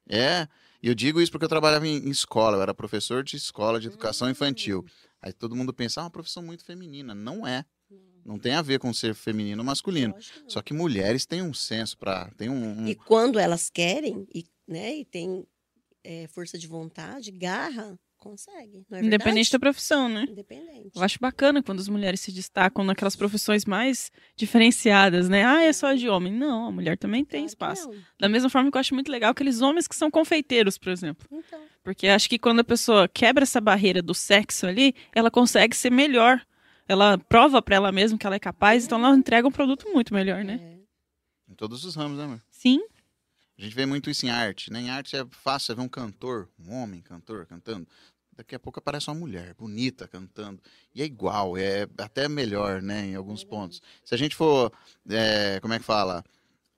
É, e eu digo isso porque eu trabalhava em, em escola, eu era professor de escola de educação infantil. Aí todo mundo pensa, ah, uma profissão muito feminina. Não é.
Não,
Não tem a ver com ser feminino ou masculino.
lógico que não.
Só que mulheres têm um senso pra. Tem um. um-
E quando elas querem e, né, e tem é, força de vontade, garra, consegue. Não é
Independente da
verdade?
profissão, né?
Independente.
Eu acho bacana quando as mulheres se destacam naquelas profissões mais diferenciadas, né? Ah, é só de homem. Não, a mulher também tem
Claro que
espaço.
não.
Da mesma forma que eu acho muito legal aqueles homens que são confeiteiros, por exemplo.
Então,
Porque acho que quando a pessoa quebra essa barreira do sexo ali, ela consegue ser melhor. Ela prova pra ela mesma que ela é capaz, então ela entrega um produto muito melhor, né?
é.
Em todos os ramos, né, amor?
Sim.
A gente vê muito isso em arte, né? Em arte é fácil você ver um cantor, um homem cantor cantando. Daqui a pouco aparece uma mulher bonita cantando. E é igual, é até melhor, né? Em alguns pontos. Se a gente for, é, como é que fala?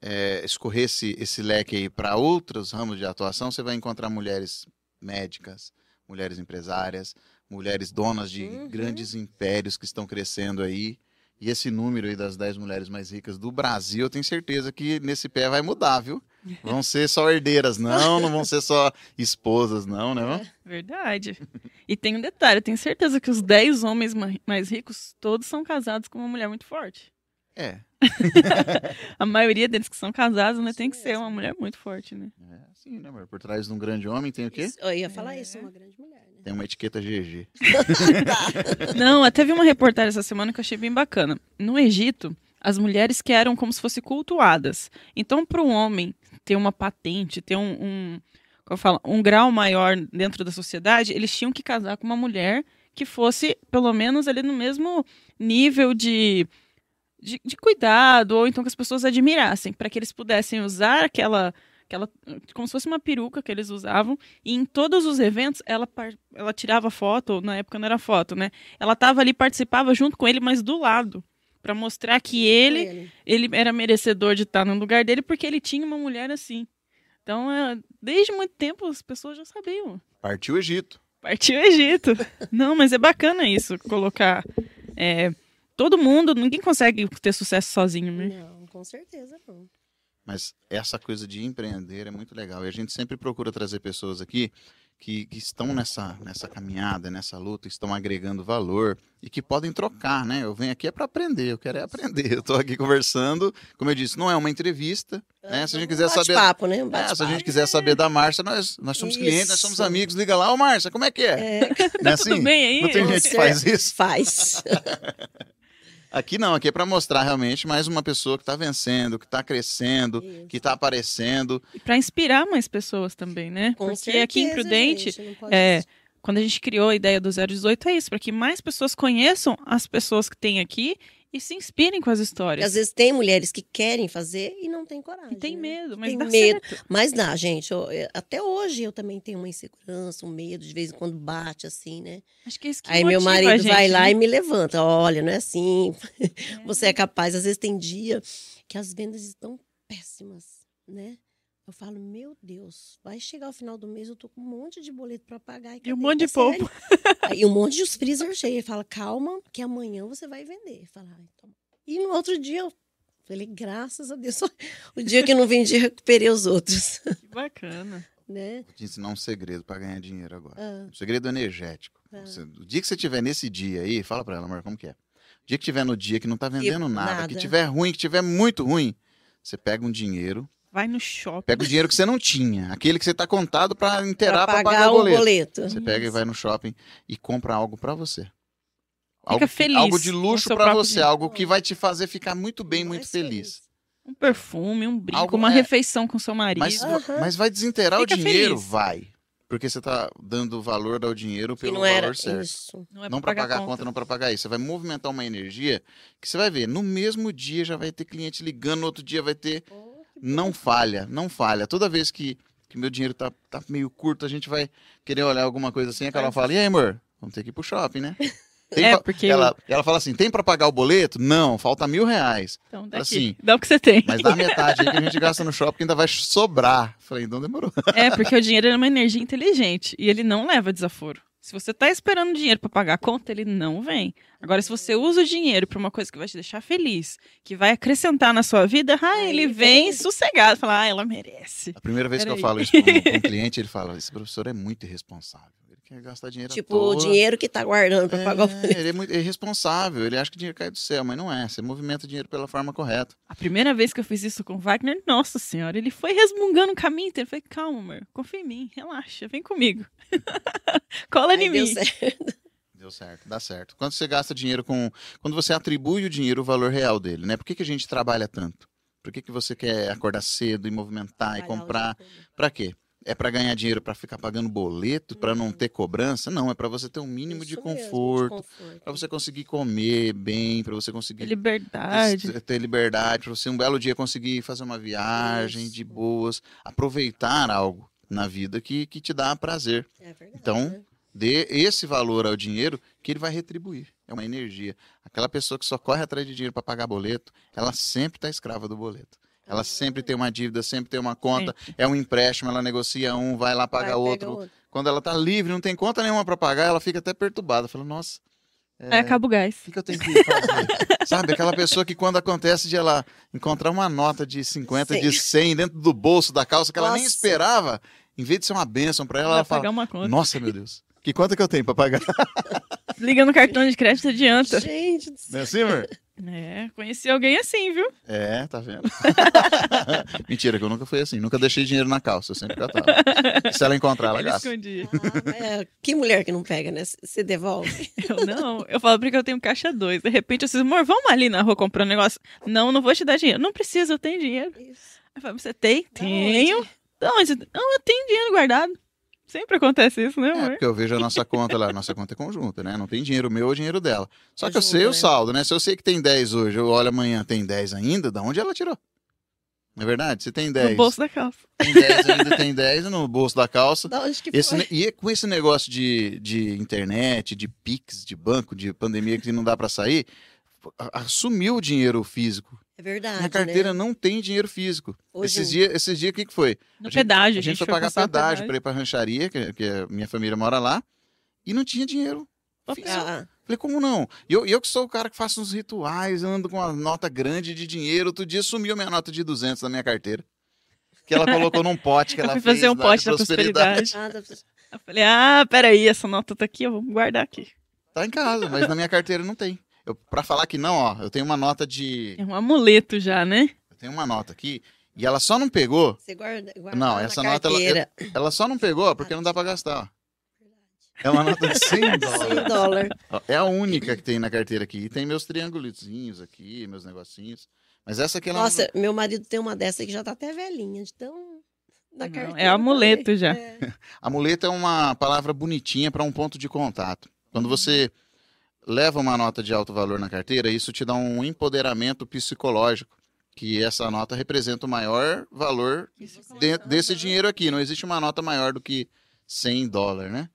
É, escorrer esse, esse leque aí para outros ramos de atuação, você vai encontrar mulheres médicas, mulheres empresárias, mulheres donas de
Uhum.
grandes impérios que estão crescendo aí. E esse número aí das 10 mulheres mais ricas do Brasil, eu tenho certeza que nesse pé vai mudar, viu? Vão ser só herdeiras, não, não vão ser só esposas, não, né? não?
Verdade. E tem um detalhe, eu tenho certeza que os 10 homens ma- mais ricos, todos são casados com uma mulher muito forte.
É.
A maioria deles que são casados, né,
Isso
tem que ser
mesmo.
uma mulher muito forte, né?
É assim, né, amor? Por trás de um grande homem tem o quê?
Isso- eu ia falar
É.
isso, uma grande mulher, né?
Tem uma etiqueta GG.
Não, até vi uma reportagem essa semana que eu achei bem bacana. No Egito, as mulheres que eram como se fossem cultuadas. Então, para um homem ter uma patente, ter um, um, como eu falo, um grau maior dentro da sociedade, eles tinham que casar com uma mulher que fosse, pelo menos, ali no mesmo nível de, de, de cuidado, ou então que as pessoas admirassem, para que eles pudessem usar aquela. Aquela, como se fosse uma peruca que eles usavam, e em todos os eventos ela, par- ela tirava foto, na época não era foto, né? Ela tava ali, participava junto com ele, mas do lado. Pra mostrar que ele, ele era merecedor de estar no lugar dele, porque ele tinha uma mulher assim. Então, é, desde muito tempo, as pessoas já sabiam.
Partiu o Egito.
Partiu o Egito. Não, mas é bacana isso, colocar. é, todo mundo, ninguém consegue ter sucesso sozinho, né?
Não, com certeza não.
Mas essa coisa de empreender é muito legal. E a gente sempre procura trazer pessoas aqui que, que estão nessa, nessa caminhada, nessa luta, estão agregando valor e que podem trocar, né? Eu venho aqui é para aprender, eu quero é aprender. Eu estou aqui conversando, como eu disse, não é uma entrevista. né? Se a gente quiser saber.
Papo, né? Um
É, se a
bate-papo.
gente quiser saber da Márcia, nós, nós somos clientes, nós somos
Isso.
amigos. Liga lá, ô Márcia, como é que é?
É,
Não é
Tudo
assim?
bem aí?
Não tem
Com
gente que faz isso?
faz.
Aqui não, aqui é para mostrar realmente mais uma pessoa que está vencendo, que está crescendo, que está aparecendo.
E Pra inspirar mais pessoas também, né?
Com
Porque
certeza,
aqui em Prudente,
gente, não pode
é, quando a gente criou a ideia do 018 é isso, para que mais pessoas conheçam as pessoas que tem aqui e se inspirem com as
Porque às
histórias.
vezes tem mulheres que querem fazer e não tem coragem.
E tem
né?
medo, mas
Tem
dá
medo.
certo.
Mas dá, gente. eu- eu- até hoje eu também tenho uma insegurança, um medo, de vez em quando bate assim, né?
Acho que é isso que
Aí meu
motiva a
marido
gente,
vai lá
né?
e me levanta. Olha, não é assim. Você é capaz. Às vezes tem dia que as vendas estão péssimas, né? Eu falo, meu Deus, vai chegar o final do mês, eu tô com um monte de boleto pra pagar.
E um
cadê?
monte de
Tá sério? Aí E um monte de os freezer cheio. Ele fala, calma, que amanhã você vai vender. Eu falo, ah, então. E no outro dia eu falei, graças a Deus. O dia que eu não vendi, eu recuperei os outros,
Que bacana.
né?
Vou te ensinar um segredo para ganhar dinheiro agora.
Ah,
Um segredo energético.
É.
Ah.
Você- o dia que você tiver nesse dia aí, fala para ela, amor, como que é? O dia que tiver no dia que não tá vendendo nada, que
nada.
tiver ruim, que tiver muito ruim, você pega um dinheiro,
Vai no shopping.
pega o dinheiro que você não tinha, aquele que você tá contado para inteirar
pra
para
pagar, um
pagar
um
o boleto.
boleto.
Você pega e vai no shopping e compra algo para você. que-
Fica feliz
algo de
com
luxo
seu
para
próprio
você,
dinheiro.
algo que vai te fazer ficar muito bem, muito
Mais
feliz.
Um perfume, um brinco,
Algo-
uma
é.
refeição com seu marido.
Mas,
Aham.
va- mas vai desinteirar
Fica
o dinheiro?
feliz.
Vai. Porque você tá dando valor ao dinheiro
Que
pelo
não
valor
era
certo.
isso.
é
Não para pagar a conta. não para pagar isso. Você vai movimentar uma energia que você vai ver. No mesmo dia já vai ter cliente ligando, no outro dia vai ter. Não falha, não falha. Toda vez que, que meu dinheiro tá, tá meio curto, a gente vai querer olhar alguma coisa assim. Aquela fala: e aí, amor? Vamos ter que ir pro shopping, né? Tem
É,
pra-
porque
ela, ela fala assim: tem para pagar o boleto? Não, falta mil reais.
então, daqui.
assim,
Dá o que você tem.
Mas dá metade aí que a gente gasta no shopping ainda vai sobrar. Falei, então demorou.
É, porque o dinheiro é uma energia inteligente e ele não leva desaforo. Se você tá esperando dinheiro para pagar a conta, ele não vem. Agora, se você usa o dinheiro para uma coisa que vai te deixar feliz, que vai acrescentar na sua vida, ah,
Aí
ele
ele
vem,
vem.
sossegado, fala, ah, ela merece.
A primeira vez que eu
Peraí.
falo isso com com um cliente, ele fala: esse professor é muito irresponsável. Ele quer gastar dinheiro. à
Tipo,
toa.
o dinheiro que tá guardando pra
É,
pagar o boleto.
Ele é muito irresponsável. Ele acha que o dinheiro cai do céu, mas não é. Você movimenta o dinheiro pela forma correta.
A primeira vez que eu fiz isso com o Wagner, nossa senhora, ele foi resmungando o caminho inteiro. Eu falei, calma, amor, confia em mim, relaxa, vem comigo. Cola
Aí
em
deu
mim.
certo.
Deu certo, dá certo. Quando você gasta dinheiro com. Quando você atribui o dinheiro o valor real dele, né? Por que, que a gente trabalha tanto? Por que, que você quer acordar cedo e movimentar e
Trabalhar o
comprar?
dia todo.
Pra quê? É pra ganhar dinheiro pra ficar pagando boleto, pra não ter cobrança? Não, é pra você ter um mínimo de
Uhum. Isso mesmo,
conforto,
conforto.
pra você conseguir comer bem, pra você conseguir
Liberdade.
ter- ter liberdade, para você um belo dia conseguir fazer uma viagem de
Isso.
boas, aproveitar algo na vida que, que te dá prazer.
É verdade,
Então,
né?
Dê esse valor ao dinheiro que ele vai retribuir. É uma energia. Aquela pessoa que só corre atrás de dinheiro para pagar boleto, ela sempre está escrava do boleto. Ela
Ah,
sempre tem uma dívida, sempre tem uma conta, é um empréstimo, ela negocia um, vai lá
vai,
pagar
pega
outro. Quando ela tá livre, não tem conta nenhuma para pagar, ela fica até perturbada, falando: "Nossa,
Aí acaba o gás.
O que, que eu tenho que fazer? Sabe, aquela pessoa que quando acontece de ela encontrar uma nota de 50, de 100 dentro do bolso da calça que ela nem
Nossa.
esperava, em vez de ser uma bênção pra ela,
Vai um
ela
pagar
fala:
uma conta.
Nossa, meu Deus, que quanto que eu tenho pra pagar?
Liga no cartão de crédito adianta.
Gente, do céu.
Né, Simmer?
É, conheci alguém assim, viu?
É, tá vendo? Mentira, que eu nunca fui assim. Nunca deixei dinheiro na calça, eu sempre catava. Se ela encontrar, ela
Ele
gasta.
escondia.
Ah, mas é, que mulher que não pega, né? Você devolve.
Eu não. Eu falo porque eu tenho caixa dois. De repente, eu disse, amor, vamos ali na rua comprar um negócio. Não, não vou te dar dinheiro. Não precisa, eu tenho dinheiro.
Isso.
Eu falo, você tem?
Da
Tenho.
onde?
Não, mas eu- não, eu tenho dinheiro guardado. Sempre acontece isso, né,
É,
amor?
porque eu vejo a nossa conta lá. Nossa conta é conjunta, né? Não tem dinheiro meu ou dinheiro dela. Só
É
que eu
junto,
sei o
né?
saldo, né? Se eu sei que tem 10 hoje, eu olho amanhã, tem 10 ainda, da onde ela tirou? Não é verdade? Se tem 10.
No bolso da calça.
Tem 10 ainda, tem 10 no bolso da calça.
Da onde que
Esse
foi?
ne- e é com esse negócio de, de internet, de Pix, de banco, de pandemia que não dá pra sair, a- a- sumiu o dinheiro físico.
É verdade.
Minha carteira
né? não.
não tem dinheiro físico.
Hoje, um
esses dias, esses dias, o que, que foi?
No
A gente-
pedágio.
A gente foi
foi
pagar
passar o
pedágio pra ir pra rancharia, que, que a minha família mora lá, e não tinha dinheiro.
Papel.
Fiz-
Ah,
Falei, como não? E eu, e eu que sou o cara que faço uns rituais, ando com uma nota grande de dinheiro. Outro dia sumiu minha nota de 200 da minha carteira. Que ela colocou num pote que
Eu
ela
fui
fez
fazer um
da-
pote
de
da prosperidade.
ah, dá pra-
Eu falei, ah, peraí, essa nota tá aqui, eu vou guardar aqui.
Tá em casa, mas na minha carteira não tem. Eu, pra falar que não, ó, eu tenho uma nota de.
É um amuleto já, né?
Eu tenho uma nota aqui. E ela só não pegou,
você guarda, guarda
Não,
na
essa nota, ela-
carteira.
ela só não pegou ó, porque não dá pra gastar, ó. É uma nota de 100 dólares.
100 dólares.
É a única que tem na carteira aqui. E tem meus triângulozinhos aqui, meus negocinhos. Mas essa aqui ela é um, não-
Nossa, meu marido tem uma dessa que já tá até velhinha, de tão. Na
Não,
carteira
é amuleto
também.
já.
É.
A muleta é uma palavra bonitinha para um ponto de contato.
Uhum.
Quando você leva uma nota de alto valor na carteira, isso te dá um empoderamento psicológico, que essa nota representa o maior valor de- desse dinheiro aqui. Não existe uma nota maior do que 100 dólares, né?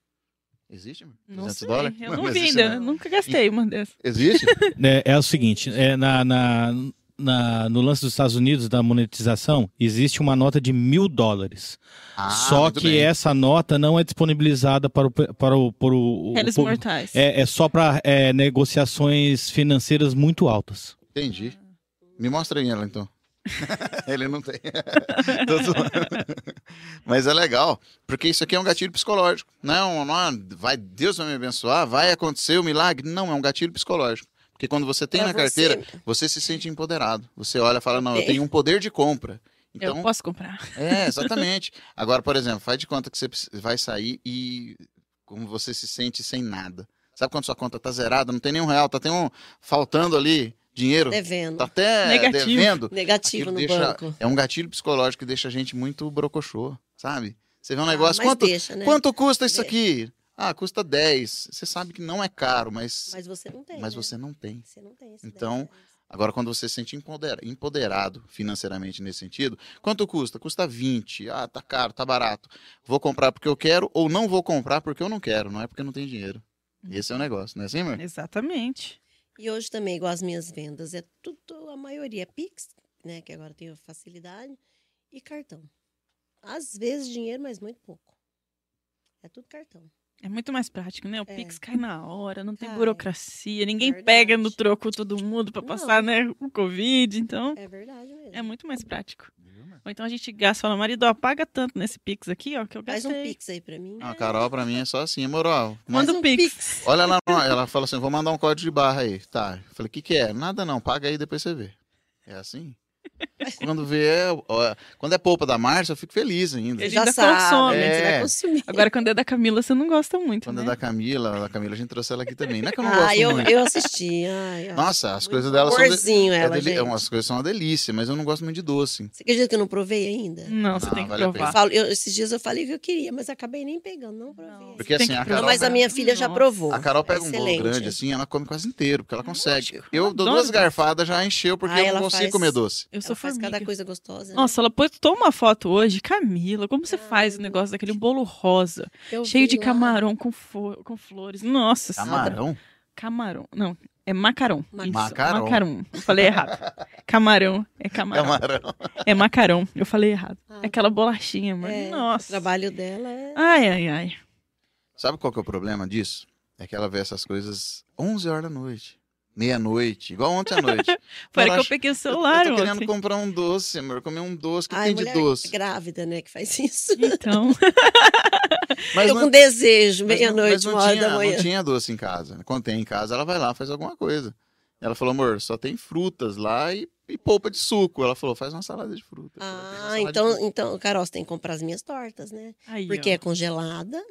Existe? amor?
Não
200
sei.
dólares?
Eu não,
Mas
vi
existe,
ainda,
né?
nunca gastei uma dessas.
Existe?
É, é o seguinte, é, na, na- na- no lance dos Estados Unidos, da monetização, existe uma nota de mil dólares.
Ah,
só
muito
que
bem.
essa nota não é disponibilizada para o, para o, para o, o
Réis
povo.
mortais.
É, é só para é, negociações financeiras muito altas.
Entendi. Me mostra aí ela, então. Ele não tem. Tô zoando. Mas é legal, porque isso aqui é um gatilho psicológico. Não, não, é, vai, Deus vai me abençoar, vai acontecer o milagre. Não, é um gatilho psicológico. Porque quando você tem
Pra
na carteira,
você-
você se sente empoderado. Você olha e fala, não, eu
É.
tenho um poder de compra.
Eu
Então,
posso comprar.
é, exatamente. Agora, por exemplo, faz de conta que você precis- vai sair e como você se sente sem nada. Sabe quando sua conta tá zerada, não tem nenhum real, tá tem um faltando ali dinheiro,
Devendo.
tá até
Negativo.
devendo.
Negativo
Aquilo
no
deixa-
banco.
É um gatilho psicológico que deixa a gente muito brocochô, sabe? Você vê um
Ah,
negócio,
mas
quanto,
deixa, né?
quanto custa isso
É.
aqui? Ah, custa 10. Você sabe que não é caro, mas,
Mas você não tem.
mas
né?
você não tem.
Você não tem. esse né?
Então,
dez reais.
Agora, quando você se sente empodera- empoderado financeiramente nesse sentido, quanto custa? Custa 20. Ah, tá caro, tá barato. Vou comprar porque eu quero ou não vou comprar porque eu não quero, não é porque eu não tenho dinheiro.
Hum.
Esse é o negócio, não é assim, mãe?
Exatamente.
E hoje também, igual as minhas vendas, é tudo, a maioria é Pix, né? Que agora tem facilidade, e cartão. Às vezes dinheiro, mas muito pouco. É tudo cartão.
É muito mais prático, né? O
É.
Pix cai na hora, não tem
Cai.
burocracia, ninguém
Verdade.
pega no troco todo mundo pra
Não.
passar, né? O Covid, então
É verdade mesmo.
é muito mais prático. Ou então a gente gasta, fala, marido, ó, paga tanto nesse Pix aqui, ó, que eu
Faz um
gastei.
Pix aí pra mim.
Ah, Carol, pra mim é só assim, é moral. Mas-
Manda
Faz
um
um
Pix.
Olha lá, no- ela fala assim: vou mandar um código de barra aí. Tá. Eu falei: o que, que é? Nada não, paga aí, depois você vê. É assim? Quando vê, é- ó, quando é polpa da Márcia, eu fico feliz ainda.
Ele
já
ainda
sabe,
consome.
né? Você vai
É.
consumir.
Agora, quando é da Camila, você não gosta muito,
Quando
né?
é da Camila, da Camila a gente trouxe ela aqui também. Não é que eu não
ah,
gosto
eu,
muito.
eu assisti. Ai, ó.
Nossa, as
Muito
coisas dela são. de-
amorzinho
é
ela,
deli- é
gente.
umas coisas são uma delícia, mas eu não gosto muito de doce.
Você acredita que eu não provei ainda?
Não, você
Ah,
tem que
vale a
Eu
provar.
falo, eu- esses dias eu falei que eu queria, mas acabei nem pegando, não provei.
Não,
ainda.
Porque
você tem
assim,
que
a
provar.
Carol-
mas a minha filha já provou.
A Carol pega um bolo
Excelente.
grande assim, ela come quase inteiro, porque ela consegue.
lógico.
eu dou
Adoro
duas
doce.
garfadas, já encheu, porque
Ah,
eu não
ela
consigo
faz-
comer doce.
Eu
Ela
sou
faz
formiga.
cada coisa gostosa. né?
Nossa, ela postou uma foto hoje. Camila, como você
Ai,
faz o negócio daquele bolo rosa?
Eu
Cheio
vi
de
lá.
camarão com, fo- com flores. Nossa senhora.
Camarão?
Camarão. Não, é macarão.
Ma-
Isso,
Macarão.
macarão. Eu falei errado. Camarão. É camarão.
Camarão.
É macarão. Eu falei errado.
Ah,
É aquela bolachinha, mano.
É, O
Nossa.
trabalho dela é.
Ai, ai, ai.
Sabe qual que é o problema disso? É que ela vê essas coisas 11 horas da noite. Meia-noite, igual ontem à noite. Ela
Foi hora que eu
acha-
peguei o
Eu-
celular
Eu tô querendo
ontem.
comprar um doce, amor. Comer um doce. O que
Ai,
tem de
mulher
doce?
grávida, né, que faz isso.
Então,
Mas
eu
não- é-
com desejo,
mas não- mas
um meia-noite,
não
uma hora
tinha-
da manhã.
Não tinha doce em casa. Quando tem em casa, ela vai lá, faz alguma coisa. Ela falou, amor, só tem frutas lá e, e polpa de suco. Ela falou, faz uma salada de fruta. Eu falei, "Faz uma
Ah,
salada de
então,
fruta."
então, Carol, você tem que comprar as minhas tortas, né?
aí,
Porque
ó.
é congelada.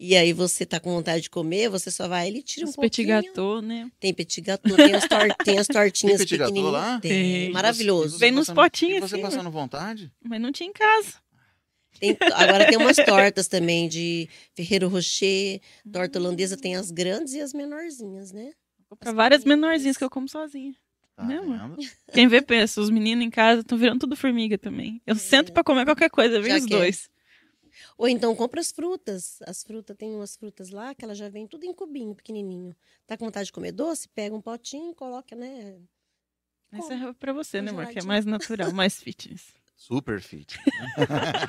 E aí você tá com vontade de comer, você só vai ali e tira um
Os petit
pouquinho.
gâteau, né?
Tem petit gâteau, tem as, tor tem as tortinhas
Tem petit gâteau
pequenininhas.
lá?
Tem,
Tem.
maravilhoso.
Vem nos
passando-
potinhos,
e Você tá
assim,
passando vontade?
Mas não tinha em casa.
Tem- agora tem umas tortas também de Ferreiro Rocher, torta holandesa, tem as grandes e as menorzinhas, né?
Pra várias menorzinhas que eu como sozinha.
Tá
Não, amor.
vendo?
Quem vê, pensa, os meninos em casa estão virando tudo formiga também. Eu sento pra comer qualquer coisa, vem
É. Já
os
quer.
dois.
Ou então compra as frutas. As frutas, tem umas frutas lá que ela já vem tudo em cubinho, pequenininho. Tá com vontade de comer doce? Pega um potinho e coloca, né?
Essa é pra você, né, amor? Que é
Congeladinho.
mais natural, mais fitness.
Super fit.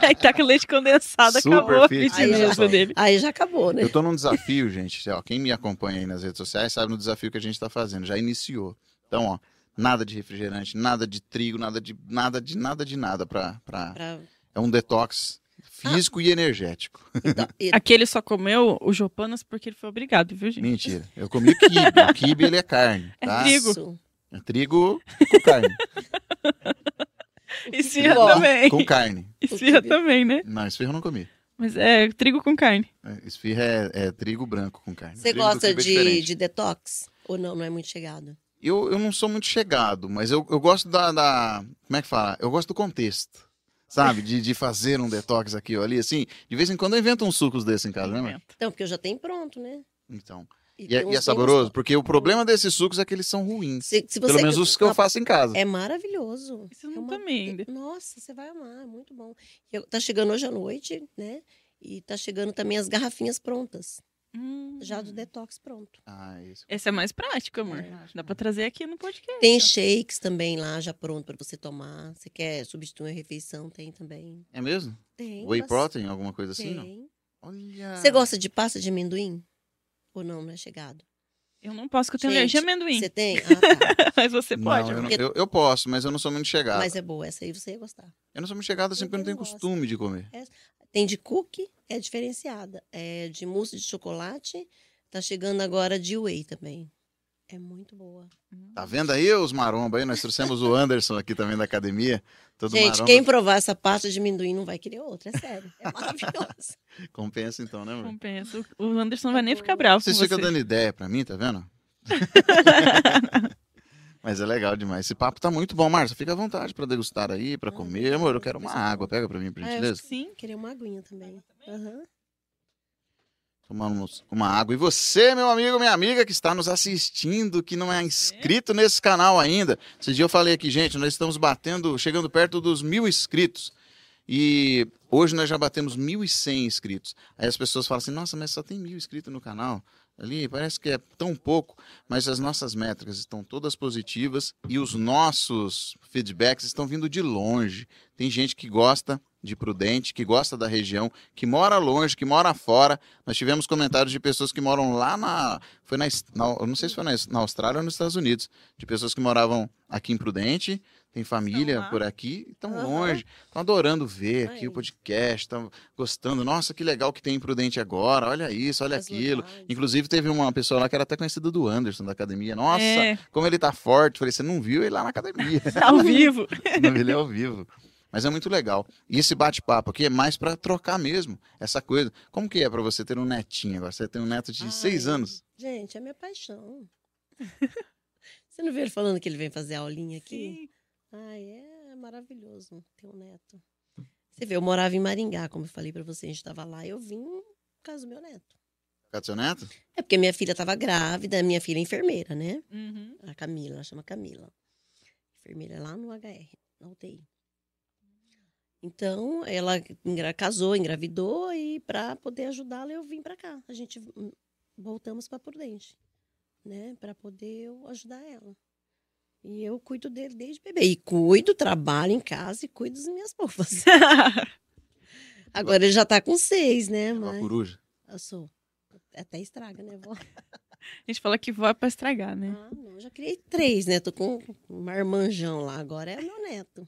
Aí tá com leite condensado,
Super
acabou a
fitness,
fitness
olha só.
dele.
Aí já acabou, né?
Eu tô num desafio, gente. Ó, quem me acompanha aí nas redes sociais sabe no desafio que a gente tá fazendo. Já iniciou. Então, ó, nada de refrigerante, nada de trigo, nada de nada de nada de nada pra, pra...
Pra-
É um detox físico e energético.
Ah.
então, e-
Aquele só comeu o Jopanas porque ele foi obrigado, viu, gente?
Mentira. Eu comi quibe. O quibe, ele é carne,
É
tá?
trigo.
Isso.
É trigo com carne.
Esfirra
Ó,
também.
com carne.
Esfirra também, né?
Não, esfirra eu não comi.
Mas é trigo com carne.
É, Esfirra é, é trigo branco com carne.
Você
O trigo do
gosta
quibe é
de,
diferente.
de detox? Ou não, não é muito chegado?
Eu, eu não sou muito chegado, mas eu, eu gosto da, da- Como é que fala? Eu gosto do contexto. Sabe? De, de fazer um detox aqui ou ali, assim. De vez em quando eu invento uns sucos desse em casa, né, mãe?
Então, porque eu já tenho pronto, né?
Então. E,
tem
é- e
uns
é
bem
saboroso,
gostosos.
porque o problema desses sucos é que eles são ruins.
Se, se você,
Pelo menos os que eu faço em casa.
É maravilhoso.
Isso eu não
é
tomei ainda.
Nossa, você vai amar, é muito bom. E eu- tá chegando hoje à noite, né? E tá chegando também as garrafinhas prontas,
Hum.
já do detox pronto.
Ah, isso.
Esse é mais prático, amor. Dá pra trazer aqui no podcast.
Tem shakes também lá, já pronto pra você tomar. Você quer substituir a refeição, tem também.
É mesmo?
Tem.
Whey
bastante.
protein, alguma coisa assim, não?
Tem.
Olha.
Você gosta de pasta de amendoim? Ou não, não é chegado?
Eu não posso, que eu tenho
Gente,
alergia a amendoim.
Você tem? Ah, tá.
Mas você
Não,
pode,
eu,
amor.
não-
porque-
eu- eu posso, mas eu não sou muito chegado.
Mas é boa, essa aí você ia gostar.
Eu não sou muito chegado assim
Eu
porque eu não tenho
também gosto.
costume de comer.
Tem de cookie, é diferenciada. É de mousse de chocolate. Tá chegando agora de whey também. É muito boa.
Uhum.
Tá vendo aí os maromba aí? Nós trouxemos o Anderson aqui também da academia. Todo
Gente,
maromba.
quem provar essa pasta de amendoim não vai querer outra, é sério. É maravilhosa.
Compensa então, né, amor?
Compensa. O- O Anderson não vai nem ficar bravo
Vocês
com
ficam
você.
dando ideia pra mim, tá vendo? Mas é legal demais. Esse papo tá muito bom, Márcia. Fica à vontade pra degustar aí, pra
Ah,
comer. Amor, eu quero uma
coisa boa.
água. Pega pra mim, por
Ah, eu
gentileza.
Sim.
Querer uma aguinha também. Aham.
Tomar uns- uma água. E você, meu amigo, minha amiga que está nos assistindo, que não é inscrito nesse canal ainda. Esse dia eu falei aqui, gente, nós estamos batendo, chegando perto dos mil inscritos. E hoje nós já batemos 1.100 inscritos. Aí as pessoas falam assim: nossa, mas só tem mil inscritos no canal. Ali parece que é tão pouco, mas as nossas métricas estão todas positivas e os nossos feedbacks estão vindo de longe. Tem gente que gosta de Prudente, que gosta da região, que mora longe, que mora fora. Nós tivemos comentários de pessoas que moram lá na. Foi na, Est- na- eu não sei se foi na, Est- na Austrália ou nos Estados Unidos. De pessoas que moravam aqui em Prudente, tem família
lá.
por aqui, estão
Aham.
longe, estão adorando ver aqui
Aí.
o podcast, estão gostando. Nossa, que legal que tem em Prudente agora, olha isso, olha
As
aquilo.
novidades.
Inclusive, teve uma pessoa lá que era até conhecida do Anderson, da academia. Nossa,
É, tá
como ele tá forte. Falei, você não viu ele lá na academia.
ao vivo.
não vi ele ao vivo. Mas é muito legal. E esse bate-papo aqui é mais pra trocar mesmo essa coisa. Como que é pra você ter um netinho agora? Você tem um neto de seis
Ai,
anos.
Gente, é minha paixão. Você não viu ele falando que ele vem fazer aulinha aqui? Ai, é maravilhoso ter um neto. Você vê, eu morava em Maringá, como eu falei pra você, a gente tava lá, eu vim por causa do meu neto.
Cadê seu neto?
É porque minha filha tava grávida, minha filha é enfermeira, né?
Uhum.
A Camila, ela chama Camila. Enfermeira lá no HR, na UTI. Então, ela engra- casou, engravidou e para poder ajudá-la eu vim para cá. A gente hum, voltamos para Prudente, né, para poder eu ajudar ela. E eu cuido dele desde bebê. E cuido, trabalho em casa e cuido das minhas bofas. Agora ele já tá com seis, né,
É uma
mas
coruja.
eu sou. até estraga, né, vó?
A gente fala que vó é pra estragar, né?
Ah, não, já criei três, né? Tô com um marmanjão lá, agora é meu neto.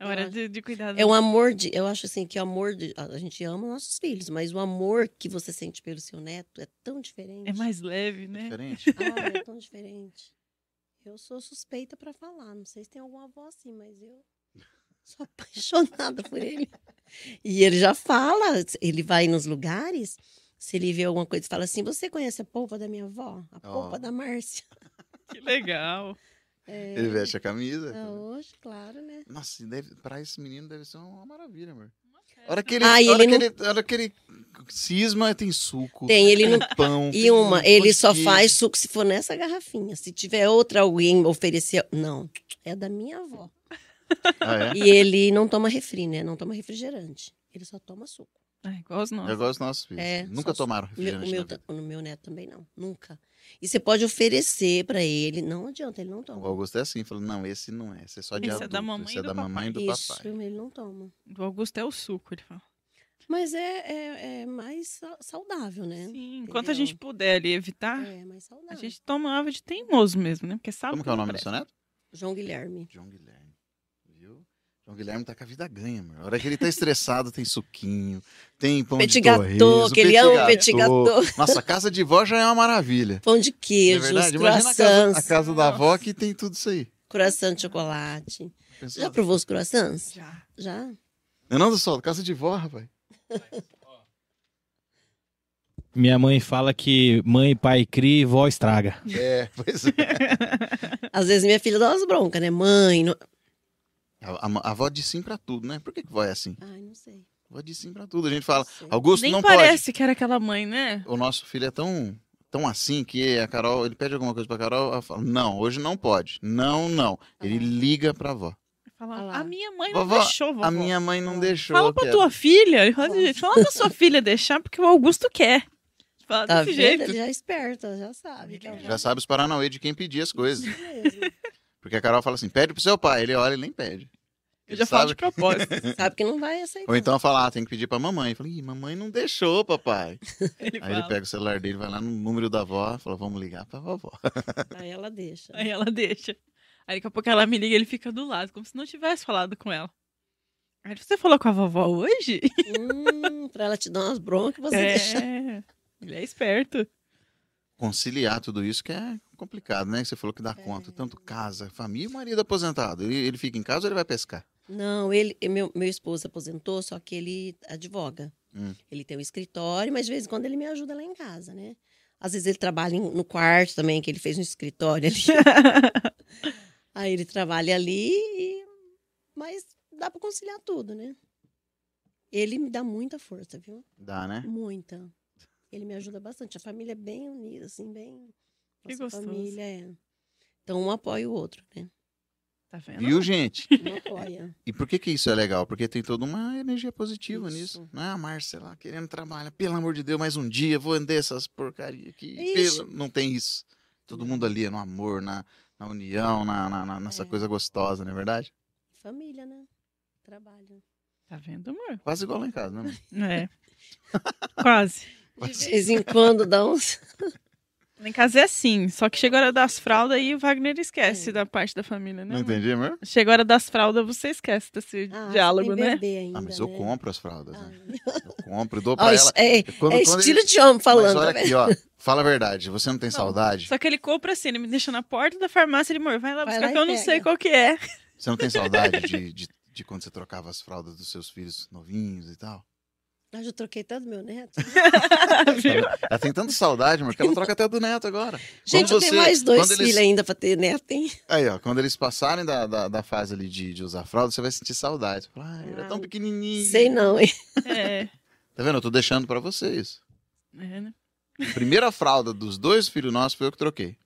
É hora
eu
de, de cuidar do-
É um amor de. Eu acho assim que o amor. De, a gente ama nossos filhos, mas o amor que você sente pelo seu neto é tão diferente.
É mais leve, né?
Diferente.
Ah, é tão diferente. Eu sou suspeita pra falar. Não sei se tem alguma avó assim, mas eu sou apaixonada por ele. E ele já fala, ele vai nos lugares, se ele vê alguma coisa, fala assim: Você conhece a polpa da minha avó? A polpa
Ó.
da Márcia?
Que legal.
É,
Ele veste a camisa.
é hoje, claro, né?
Nossa, e deve, pra esse menino deve ser uma maravilha, amor. A hora que ele,
Ah, e
a hora
ele
que ele, a hora que ele cisma, tem suco.
Tem, ele não.
pão. um
E uma, ele só
queijo.
faz suco se for nessa garrafinha. Se tiver outra alguém oferecer. Não, é da minha avó.
Ah, é?
E ele não toma refri, né? Não toma refrigerante. Ele só toma suco.
Ah, igual os
É
nossos.
igual os nossos filhos.
É,
Nunca
só-
tomaram
O meu, o
refrigerante. é
meu
na
ta-
vida.
o meu neto também não, nunca. E você pode oferecer pra ele, não adianta, ele não
O
toma.
Augusto é assim, falou, não, esse não é, esse é só de
Esse é
adulto.
da mamãe
esse é
e do
da mamãe e do
Isso,
papai.
ele não toma.
Do Augusto é o suco, ele fala.
Mas é, é, é mais sa- saudável, né?
Sim, enquanto a gente puder ali evitar,
Ah,
É mais
a
saudável.
gente tomava de teimoso mesmo, né? Porque sabe
Como que é o
não
nome do seu
presta.
neto?
João Guilherme.
João Guilherme. Viu? João Guilherme tá com a vida ganha, amor. A hora que ele tá estressado, tem suquinho, tem pão
Petit
de torresmo,
gâteau, que ele ama
petit
petit gâteau.
Nossa, a casa de vó já é uma maravilha.
Pão de
Não é
queijo,
verdade? Imagina a casa, a
croissants,
casa da avó que tem tudo isso aí.
croissant de chocolate.
Pensou?
Já provou os croissants?
Já.
Já?
Não, não, do sol, casa de vó, rapaz.
Minha mãe fala que mãe, pai cria e vó estraga.
É, pois é.
Às vezes minha filha dá umas broncas, né? Mãe, não...
A, a- a avó diz sim pra tudo, né? Por que, que vó é assim?
ai, não sei.
A avó diz sim pra tudo. A gente fala,
não sei.
Augusto
Nem
não pode.
parece que era aquela mãe, né?
o nosso filho é tão, tão assim que a Carol, ele pede alguma coisa pra Carol, ela fala, não, hoje não pode. Não, não. Ele liga pra avó.
Falava,
Ah lá.
a minha mãe não
Vovó,
deixou, Ah. vovó.
A minha mãe não
Ah.
deixou.
Fala pra
que
tua filha. Ele fala,
Ó.
desse jeito, fala pra sua filha deixar, porque o Augusto quer. Fala
Tá
desse
vendo?
jeito.
Ele já é esperto, já sabe.
Ele
Tá
Já sabe os Paranauê de quem pedir as coisas.
Isso mesmo.
Porque a Carol fala assim, pede pro seu pai. Ele olha e nem pede.
Eu
Ele
já falo de propósito.
sabe que não vai aceitar.
Ou então ela fala, ah, tem que pedir pra mamãe. Eu falo, ih, mamãe não deixou, papai.
Ele
Aí ele
fala.
pega o celular dele, vai lá no número da avó, fala, vamos ligar pra vovó.
Aí ela deixa.
então-
Aí ela deixa. Aí daqui a pouco ela me liga e ele fica do lado, como se não tivesse falado com ela. Aí ele, você falou com a vovó hoje?
Hum, pra ela te dar umas broncas, você deixa.
É. Ele é esperto.
Conciliar tudo isso que é complicado, né? Você falou que dá
É.
conta, tanto casa, família e marido aposentado. Ele, ele fica em casa ou ele vai pescar?
Não, ele, meu, meu esposo aposentou, só que ele advoga.
Hum.
Ele tem um escritório, mas de vez em quando ele me ajuda lá em casa, né? Às vezes ele trabalha em- no quarto também, que ele fez um escritório ali. Aí ele trabalha ali, e- mas dá pra conciliar tudo, né? Ele me dá muita força, viu?
Dá,
É.
né?
Muita. Ele me ajuda bastante. A família é bem unida, assim, bem.
Que
Nossa
gostoso.
família é. Então um apoia o outro, né?
tá
É,
vendo?
Viu, gente?
Um apoia.
E por que que isso é legal? Porque tem toda uma energia positiva
Isso.
nisso. Não é a Márcia lá querendo trabalhar. Pelo amor de Deus, mais um dia, vou vender essas porcarias aqui.
Isso.
Pelo- Não tem isso. Todo mundo ali é no amor, na, na união, na, na- na- nessa
É.
coisa gostosa, não é verdade?
família, né? Trabalho.
Tá vendo, amor?
Quase igual lá em casa, né? mãe?
É. Quase.
De vez em quando dá uns.
Lá em casa é assim, só que chega a hora das fraldas e o Wagner esquece
É.
da parte da família, né?
Não
amor?
entendi, amor?
Chega a hora das fraldas, você esquece desse
Ah,
diálogo,
tem
né?
bebê Ainda,
Ah, mas eu
né?
compro as fraldas, né?
Ah,
Eu compro e dou
ó,
pra
isso
ela.
é,
Quando-
é
quando
estilo
ele-
de homem
Mas
falando,
olha
tá vendo?
aqui, ó. Fala a verdade, você não tem saudade?
Só que ele compra assim, ele me deixa na porta da farmácia, ele, amor, vai lá
Vai
buscar
lá
que
e
eu não
pega."
sei qual que é.
Você não tem saudade de, de, de quando você trocava as fraldas dos seus filhos novinhos e tal?
Ah, já troquei tanto meu neto.
Viu?
Ela tem tanta saudade, mas que ela troca até do neto agora.
Gente, eu
você-
tenho mais dois
quando eles-
filhos ainda pra ter neto, hein?
Aí, ó, quando eles passarem da, da, da fase ali de, de usar fralda, você vai sentir saudade. Você fala, ah, era tão
Ah,
pequenininho.
Sei não, hein?
É.
Tá vendo? Eu tô deixando pra vocês.
É, né?
A primeira fralda dos dois filhos nossos foi eu que troquei.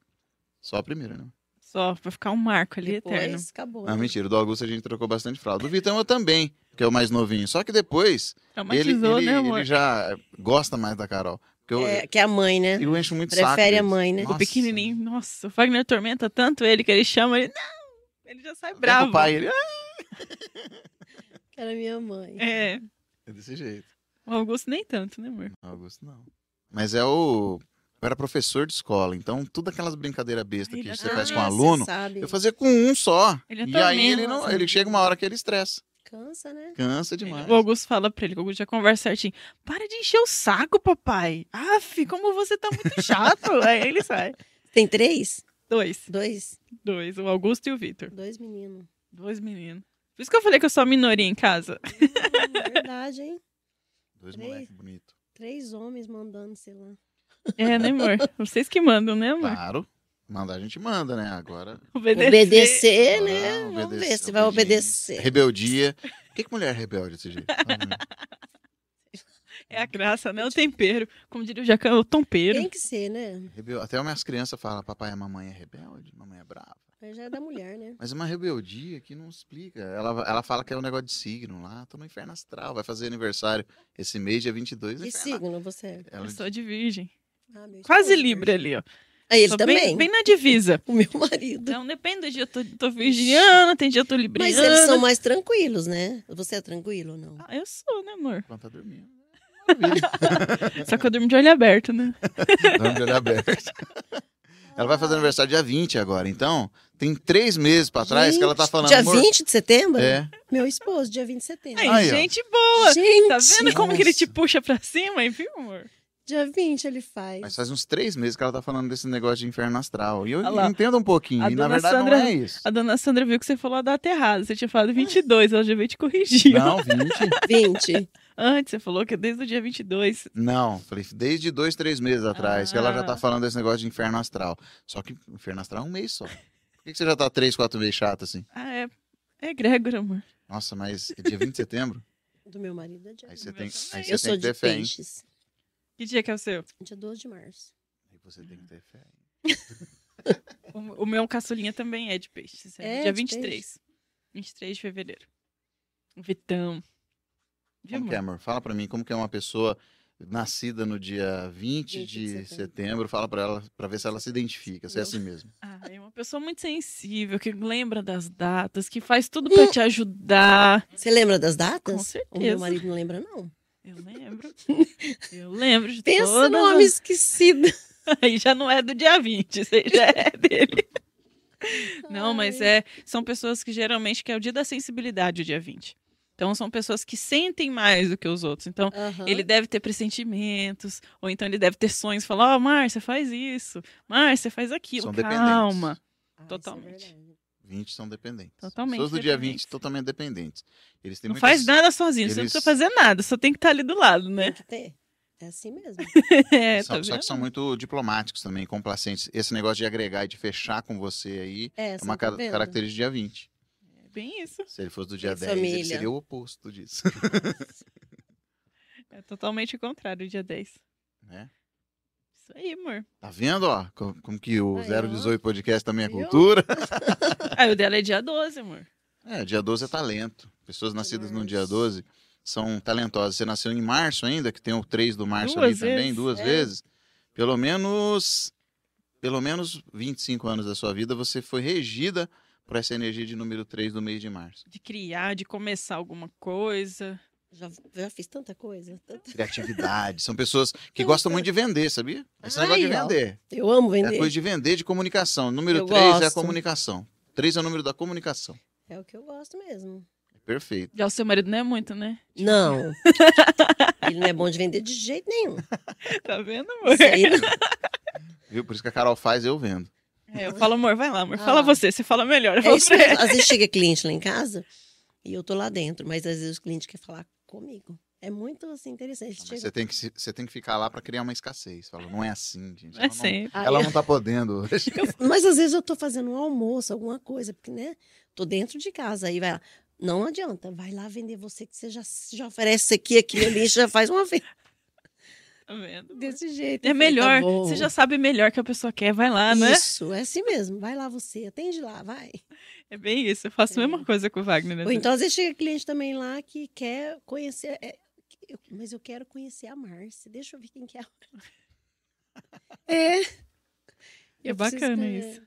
Só a primeira, né?
Só pra ficar um marco
é
ali eterno.
Depois, acabou.
Ah,
né?
mentira. Do Augusto a gente trocou bastante fralda. Do Vitão eu também, que é o mais novinho. Só que depois, ele,
Traumatizou,
ele,
né, amor?
ele já gosta mais da Carol. Porque eu,
É, que é a mãe, né?
eu encho muito saco.
Prefere a
deles.
mãe, né? O
Nossa.
O pequenininho. Nossa, o Wagner atormenta tanto ele que ele chama ele. Não! Ele já sai
Vem
bravo. É
pro pai, ele... "Ah!"
Que era minha mãe.
É.
É desse jeito.
O Augusto nem tanto, né, amor?
Augusto não. Mas é o. Eu era professor de escola, então todas aquelas brincadeiras besta que
Ele
você
é
faz com
tão-
o
Ah,
aluno,
cê sabe.
eu fazia com um só.
Ele é
e
tão
aí ele
menos,
não.
né?
Ele chega uma hora que ele estressa.
Cansa, né?
Cansa É demais.
é O Augusto fala pra ele, o Augusto já conversa certinho. Para de encher o saco, papai. Aff, como você tá muito chato. Aí ele sai.
Tem três?
Dois.
Dois?
Dois, o Augusto e o Vitor.
Dois meninos.
Dois meninos. Por isso que eu falei que eu sou a minoria em casa.
Ah, verdade, hein?
Dois
Três.
moleques bonitos.
Três homens mandando, sei lá.
É, né, amor? Vocês que mandam, né, amor?
Claro. Mandar a gente manda, né? Agora.
Obedecer.
Obedecer,
Ah,
né? Vamos
obedecer,
ver se vai
obediência.
obedecer.
Rebeldia. Por que, que mulher é rebelde desse jeito? Ah,
É a graça, né? O tempero. Como diria o Jacan, é o tompeiro.
Tem que ser, né?
rebel- Até as minhas crianças falam, papai e mamãe é rebelde, mamãe é brava.
Mas já é da mulher, né?
Mas é uma rebeldia que não explica. Ela, ela fala que é um negócio de signo lá. Tô no inferno astral. Vai fazer aniversário esse mês, dia 22.
Que
inferno-
signo você é?
Ela
Eu
diz,
sou de virgem.
Ah, meu
Quase
esposo,
libra ali, ó.
Ah, ele
Sou bem-
também.
Bem, na divisa.
O meu marido.
Então depende do dia eu tô, tô virginiana, tem dia eu tô libriana.
Mas eles são mais tranquilos, né? Você é tranquilo ou não?
Ah, eu sou, né, amor?
Enquanto tá dormindo. Maravilha.
Só que eu durmo de olho aberto, né?
Vamos Tá de olho aberto. Ela vai fazer aniversário dia 20 agora. Então, tem três meses pra trás que ela tá
Gente,
falando.
Dia
"Amor,
20 de setembro?
É.
Meu esposo, dia 20 de setembro.
Ai,
Aí, ó.
gente boa!
gente,
Tá vendo como que ele te
nossa.
puxa pra cima, hein, viu, amor?
dia 20 ele faz.
Mas faz uns três meses que ela tá falando desse negócio de inferno astral. E eu
Olha lá.
entendo um pouquinho.
A
E na
dona
verdade não
Sandra-
é isso.
A dona Sandra viu que você falou a data errada. Você tinha falado 22, ela já veio te corrigir.
Não,
ó.
20.
20.
Antes, você falou que é desde o dia 22.
Não, falei, desde dois, três meses atrás que ela já tá
Ah.
falando desse negócio de inferno astral. Só que inferno astral é um mês só. Por que, que você já tá três, quatro meses chato assim?
Ah, é. É Grégor, amor.
Nossa, mas é dia 20 de setembro?
Do meu marido é dia
Aí
20.
você tem, aí
Eu
você
Eu
tem
sou
que
de
ter fé, hein?
peixes.
Que dia que é o seu?
Dia 12 de março.
Aí você tem que ter fé. hein?
O, o meu caçulinha também é de peixe. sabe?
É
dia
de
23. 23 de fevereiro. O Vitão. Viu,
Como que é,
amor?
amor? Fala pra mim, como que é uma pessoa nascida no dia 20, de setembro. Fala pra ela, pra ver se ela se identifica, se é
Eu-
assim mesmo.
Ah, é uma pessoa muito sensível, que lembra das datas, que faz tudo
Hum.
pra te ajudar.
Você lembra das datas?
Com
O meu
certeza.
marido não lembra, não.
Eu lembro. Eu lembro de
Pensa
todas
no
as-
homem esquecido.
Aí já não é do dia 20, isso aí já é dele. Não, mas
Ai.
é, são pessoas que geralmente que é o dia da sensibilidade, o dia 20. Então são pessoas que sentem mais do que os outros. Então
Aham.
ele deve ter pressentimentos, ou então ele deve ter sonhos, falar: "Ó, Márcia, faz isso. Márcia, faz aquilo".
São dependentes.
Calma.
Ah, isso é
totalmente.
verdade.
20 são dependentes.
Totalmente
Pessoas do dia 20
dependentes.
totalmente dependentes. Eles têm
Não
muitas-
faz nada sozinho, você não
eles-
precisa fazer nada, só tem que estar ali do lado,
Tem
né?
que ter. É assim mesmo.
É,
são,
tá
só que
vendo?
são muito diplomáticos também, complacentes. Esse negócio de agregar e de fechar com você aí
É,
é uma ca- característica do dia 20.
É Bem isso.
Se ele fosse do dia
Tem
10, ele
família.
seria o oposto disso.
É totalmente o contrário, o dia 10.
né?
Isso aí, amor.
Tá vendo, ó? co- Como, que o
Aí, ó.
018 podcast também é
Viu?
cultura.
Ah, o dela é dia 12, amor.
É, dia 12 é talento. Pessoas nascidas no dia
Março.
12 são talentosas. Você nasceu em março ainda, que tem o 3 do março
Duas
ali também,
vezes.
duas
É.
vezes. Pelo menos pelo menos 25 anos da sua vida você foi regida por essa energia de número 3 do mês de março.
De criar, de começar alguma coisa.
Já, já fiz tanta coisa. tanta-
Criatividade. São pessoas que gostam muito de vender, sabia? Esse
Ai,
negócio de
ó.
vender.
Eu amo
É
vender.
coisa de vender, de comunicação. Número
Eu
3 é a
gosto.
comunicação. 3 é o número da comunicação.
É o que eu gosto mesmo.
Perfeito.
Já o seu marido não é muito, né?
Não. ele não é bom de vender de jeito nenhum.
Tá vendo, amor?
Isso aí não.
Viu? Por isso que a Carol faz, eu vendo.
É, eu falo, amor, vai lá, amor.
Ah
Fala
lá.
você, você fala melhor. Eu
É
falo
isso
pra
mesmo.
ela.
Às vezes chega cliente lá em casa e eu tô lá dentro, mas às vezes o cliente quer falar comigo. É muito assim, interessante.
Ah, Mas
Chega-
Você tem, que, se- você tem que ficar lá pra criar uma escassez. Fala, não é assim, gente.
É
Ela, não,
sempre.
Ah,
ela
eu-
não tá podendo hoje.
Mas às vezes eu tô fazendo um almoço, alguma coisa, porque, né? Tô dentro de casa, aí vai lá. Não adianta, vai lá vender você que você já, já oferece isso aqui, aquilo ali, já faz uma vez.
Tá vendo?
Desse jeito.
É
Eu falei, tá
melhor.
bom.
Você já sabe melhor que a pessoa quer, vai lá, né?
Isso, é assim mesmo. Vai lá você, atende lá, vai.
É bem isso. Eu faço a
É.
mesma coisa com o Wagner. né?
Ou então às vezes chega cliente também lá que quer conhecer. é, que eu- mas eu quero conhecer a Márcia. Deixa eu ver quem que é a Márcia. É.
É bacana isso.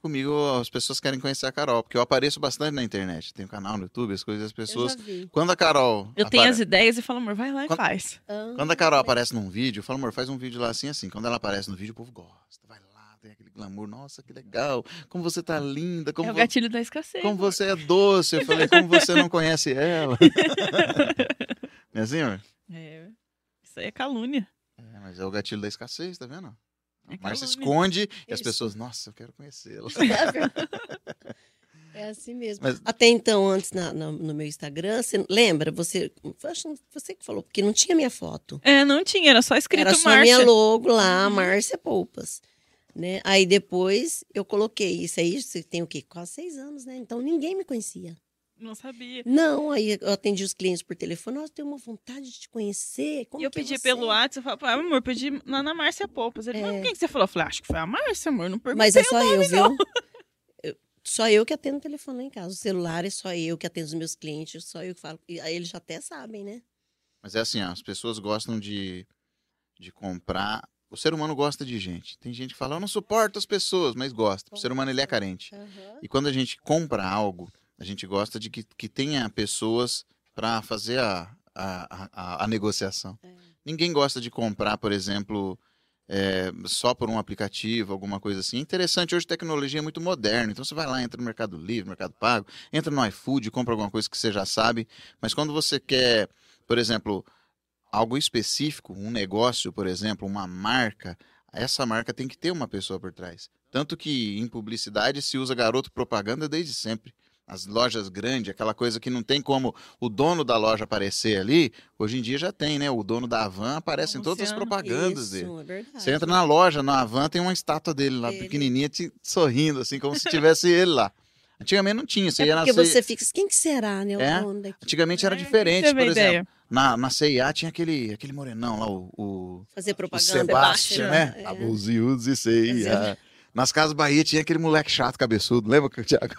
comigo as pessoas querem conhecer a Carol, porque eu apareço bastante na internet. Tem um canal no YouTube, as coisas, as
Eu
pessoas.
já vi.
Quando a Carol.
Eu tenho
apare-
as ideias e falo, amor, vai lá e
Quando-
faz.
Ah,
Quando a Carol aparece num vídeo, eu falo, amor, faz um vídeo lá assim, assim. Quando ela aparece no vídeo, o povo gosta. Vai lá, tem aquele glamour. Nossa, que legal. Como você tá linda. Como,
é o
vo-
gatilho da escassez. né?
como você é doce. Eu falei, como você não conhece ela. não é assim, amor?
É, isso aí é calúnia.
É, mas é o gatilho da escassez, tá vendo?
É
A Márcia
calúnia.
esconde e as
Isso.
pessoas, nossa, eu quero conhecê-la.
É assim mesmo.
Mas-
Até então, antes na- na- no meu Instagram, você lembra? Você, eu acho que você que falou, porque não tinha minha foto.
É, não tinha, era só escrito
Era só
Márcia.
minha logo lá,
Uhum.
Márcia Poupas. Né? Aí depois eu coloquei isso aí, você tem o quê? Quase seis anos, né? Então ninguém me conhecia.
Não sabia.
Não, aí eu atendi os clientes por telefone. Nossa, eu tenho uma vontade de te conhecer. Como
e eu
que é
pedi
você?"
pelo WhatsApp, eu falava, ah, amor, pedi lá na Márcia Poupas. Ele, mas
É.
quem que você falou? Eu falei, "Ah, acho que foi a Márcia, amor, não perguntei.
Mas é só eu, viu? Eu- Só eu que atendo o telefone lá em casa. O celular é só eu que atendo os meus clientes, só eu que falo. E aí eles já até sabem, né?
Mas é assim, ó, as pessoas gostam de, de comprar. O ser humano gosta de gente. Tem gente que fala, eu não suporto as pessoas, mas gosta. O ser humano ele é carente. E quando a gente compra algo, a gente gosta de que, que tenha pessoas para fazer a, a, a, a negociação.
É.
Ninguém gosta de comprar, por exemplo, é, só por um aplicativo, alguma coisa assim. Interessante, hoje a tecnologia é muito moderna. Então você vai lá, entra no Mercado Livre, Mercado Pago, entra no iFood, compra alguma coisa que você já sabe. Mas quando você quer, por exemplo, algo específico, um negócio, por exemplo, uma marca, essa marca tem que ter uma pessoa por trás. Tanto que em publicidade se usa garoto propaganda desde sempre. As lojas grandes, aquela coisa que não tem como o dono da loja aparecer ali, hoje em dia já tem, né? O dono da Havan aparece em todas as
Anunciando.
propagandas dele.
Isso, é verdade.
Você entra na loja, na Havan, tem uma estátua dele lá,
Ele.
pequenininha, te sorrindo, assim, como se tivesse ele lá. Antigamente não tinha. Você
É
ia na
porque
C-
você fica. Quem que será, né? O
É?
dono daqui?
Antigamente era
É,
diferente,
teve
por
a
exemplo.
ideia.
Na, na CIA tinha aquele, aquele morenão lá, o, o,
Fazer
o
propaganda.
Sebastian, né?
É.
A Bolsiúdos e CIA. Nas Casas Bahia tinha aquele moleque chato, cabeçudo, lembra, Tiago?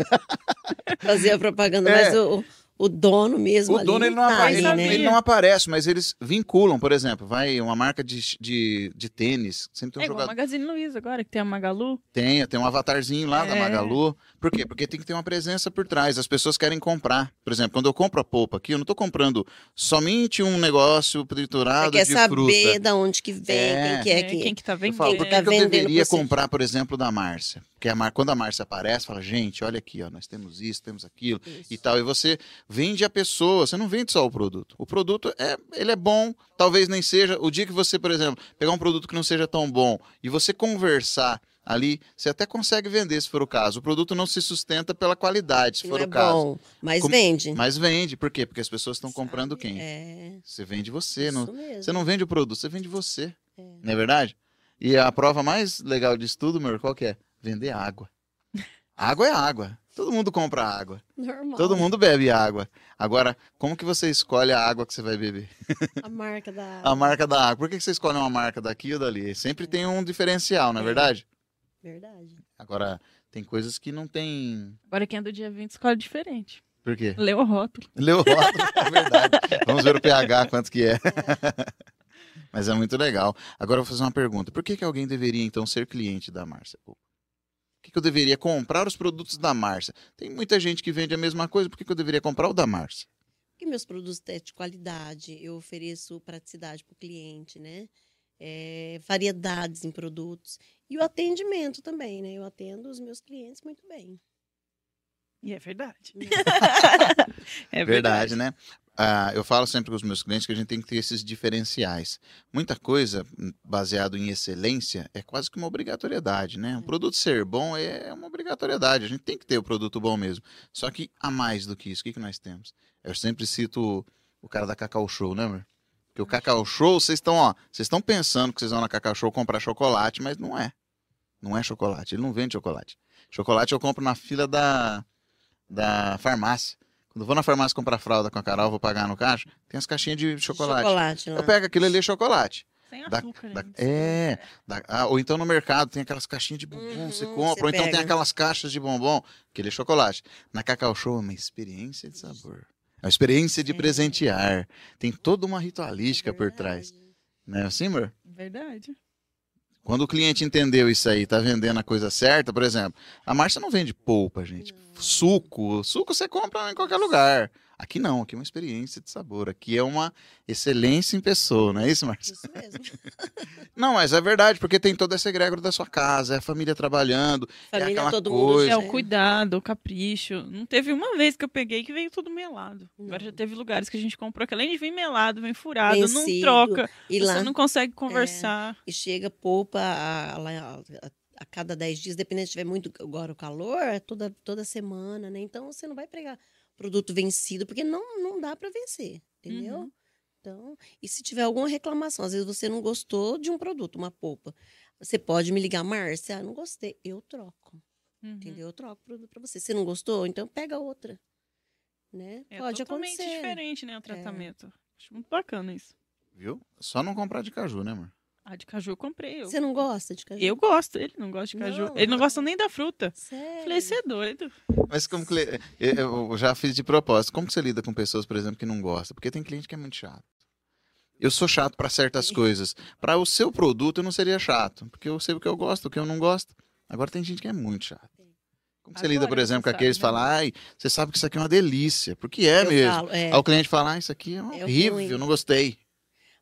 Fazer a propaganda,
É.
mas o, o dono mesmo.
O
ali
dono ele não,
tá
apa-
ali,
ele-
né?
ele não aparece, mas eles vinculam, por exemplo, vai uma marca de, de, de tênis, sempre tem um
É igual
jogador.
a Magazine Luiza agora, que tem a Magalu.
Tem, tem um avatarzinho lá da
É.
Magalu. Por quê? Porque tem que ter uma presença por trás. As pessoas querem comprar. Por exemplo, quando eu compro a polpa aqui, eu não estou comprando somente um negócio
Você
triturado
quer
de
saber
fruta.
da onde que vem,
É.
quem que é,
né?
quem,
Quem que tá
Eu
vendendo.
falo, por que,
Tá
que eu
vendendo
deveria
pra você.
comprar, por exemplo, da Márcia? Porque a Mar... quando a Márcia aparece, fala, gente, olha aqui, ó, nós temos isso, temos aquilo
Isso.
e tal. E você vende a pessoa, você não vende só o produto. O produto é, ele é bom, talvez nem seja. O dia que você, por exemplo, pegar um produto que não seja tão bom e você conversar ali, você até consegue vender, se for o caso. O produto não se sustenta pela qualidade, se
Que
for
não é
o caso.
bom, mas
Como-
vende.
Mas vende, por quê? Porque as pessoas estão comprando
Sabe?
quem?
É.
Você vende você, não,
isso mesmo.
você não vende o produto, você vende você. Não é verdade? E a prova mais legal disso tudo, meu, qual que é? Vender água. Água é água. Todo mundo compra água.
Normal.
Todo mundo bebe água. Agora, como que você escolhe a água que você vai beber?
A marca da.
A marca da água. Por que que você escolhe uma marca daqui ou dali? Sempre tem um diferencial, não é verdade?
Verdade.
Agora, tem coisas que não tem...
Agora quem é do dia 20 escolhe diferente.
Por quê?
Leu o rótulo.
Leu o rótulo, é verdade. Vamos ver o pH, quanto que é. Mas é muito legal. Agora eu vou fazer uma pergunta. Por que, que alguém deveria, então, ser cliente da Márcia? Por que, que eu deveria comprar os produtos da Márcia? Tem muita gente que vende a mesma coisa, por que, que eu deveria comprar o da Márcia?
Porque meus produtos têm de qualidade, eu ofereço praticidade para o cliente, né? É, variedades em produtos. E o atendimento também, né? Eu atendo os meus clientes muito bem.
E é verdade.
Né?
É
né? Ah, eu falo sempre com os meus clientes que a gente tem que ter esses diferenciais. Muita coisa hum, baseado em excelência é quase que uma obrigatoriedade, né? Um produto ser bom é uma obrigatoriedade. A gente tem que ter o produto bom mesmo. Só que a mais do que isso, o que, que nós temos? Eu sempre cito o cara da Cacau Show, né, amor? Porque o Cacau Show, vocês estão, ó, vocês estão pensando que vocês vão na Cacau Show comprar chocolate, mas não é. Não é chocolate, ele não vende chocolate. Chocolate eu compro na fila da, da farmácia. Quando eu vou na farmácia comprar fralda com a Carol, vou pagar no caixa, tem as caixinhas de chocolate.
Chocolate lá.
Eu pego aquilo ali, é chocolate.
Sem
Da-
açúcar.
da-
ainda.
é, da- ah, ou então no mercado tem aquelas caixinhas de bombom,
Uhum,
você compra,
você
ou então tem
pega.
aquelas caixas de bombom, aquele é chocolate. Na Cacau Show é uma experiência de sabor. É uma experiência de
É.
presentear. Tem toda uma ritualística por trás.
Verdade.
Não é assim, amor?
Verdade.
Quando o cliente entendeu isso aí, tá vendendo a coisa certa, por exemplo, a Márcia não vende polpa, gente. Suco, suco você compra em qualquer lugar. Aqui não, aqui é uma experiência de sabor. Aqui é uma excelência em pessoa, não é isso, Márcia?
Isso mesmo.
Não, mas é verdade, porque tem toda essa egrégora da sua casa, é a família trabalhando.
Família
aquela
todo
coisa.
mundo.
É o
junto.
cuidado, o capricho. Não teve uma vez que eu peguei que veio tudo melado. Agora
Não.
já teve lugares que a gente comprou que além de vir melado, vem furado, não
Vencido.
troca.
E
você
lá
não consegue conversar.
e chega, poupa a, a- a- a cada 10 dias, dependendo se tiver muito agora o calor, é toda, toda semana, né? Então você não vai pegar produto vencido, porque não, não dá para vencer, entendeu?
Uhum.
Então, e se tiver alguma reclamação, às vezes você não gostou de um produto, uma polpa, você pode me ligar, Márcia, ah, não gostei, eu troco,
Uhum.
É. entendeu? Eu troco o produto para você. Você não gostou? Então pega outra, né?
É
pode
totalmente
acontecer. É.
diferente, né, o tratamento. Acho muito bacana isso.
Viu? Só não comprar de caju, né, amor?
Ah, de caju eu comprei. Eu,
Você não gosta de caju?
eu gosto, ele não gosta de caju.
Não.
Ele não gosta nem da fruta.
Sério?
Falei, você é doido.
Mas como cli- eu, eu já fiz de propósito. Como que você lida com pessoas, por exemplo, que não gostam? Porque tem cliente que é muito chato. Eu sou chato para certas coisas. Para o seu produto eu não seria chato, porque eu sei o que eu gosto, o que eu não gosto. Agora tem gente que é muito chata. Como que você lida,
Agora
por
você
exemplo, com
sabe,
aqueles que
né?
falam, ai, você sabe que isso aqui é uma delícia, porque é
Eu
mesmo.
falo, é.
Aí o cliente fala, ah, isso aqui é horrível,
ruim.
eu não gostei.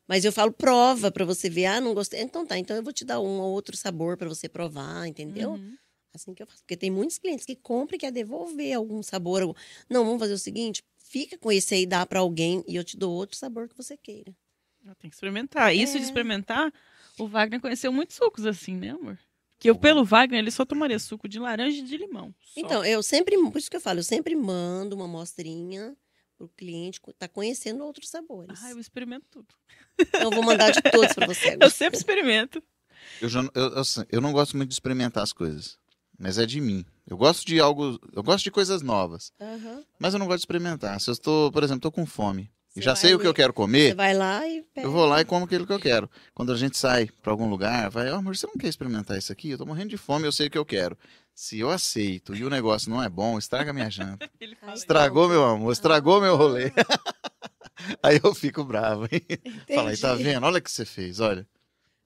Mas eu falo prova pra você ver, ah, não gostei. Então tá, então eu vou te dar um ou outro sabor pra você provar, entendeu?
Uhum.
Assim que eu faço, porque tem muitos clientes que compram e quer devolver algum sabor. algum- Não, vamos fazer o seguinte, fica com esse aí, dá pra alguém e eu te dou outro sabor que você queira.
Ela Ah, Tem que experimentar. Isso
É.
de experimentar, o Wagner conheceu muitos sucos assim, né, amor? Que eu, pelo Wagner, ele só tomaria suco de laranja e de limão. Só.
Então, eu sempre, por isso que eu falo, eu sempre mando uma amostrinha pro cliente co- tá conhecendo outros sabores.
Ah, eu experimento tudo.
Então eu vou mandar de todos pra você
Eu
agora.
sempre experimento.
Eu, já- eu- eu- eu não gosto muito de experimentar as coisas, mas é de mim. Eu gosto de algo, eu gosto de coisas novas.
Aham.
Mas eu não gosto de experimentar. Se eu estou, por exemplo, estou com fome e
Você
já
vai
sei o que
ler.
eu quero
Você
comer,
vai lá e pega.
eu vou lá e como aquilo que eu quero. Quando a gente sai para algum lugar, vai, ó, amor, você não quer experimentar isso aqui? Eu tô morrendo de fome, eu sei o que eu quero. Se eu aceito e o negócio não é bom, estraga minha janta.
Ele fala.
Ai,
Estragou meu almoço, estragou meu rolê. Aí eu fico bravo, hein?
Ah. Entendi.
Fala, aí tá vendo? Olha o que você fez, olha.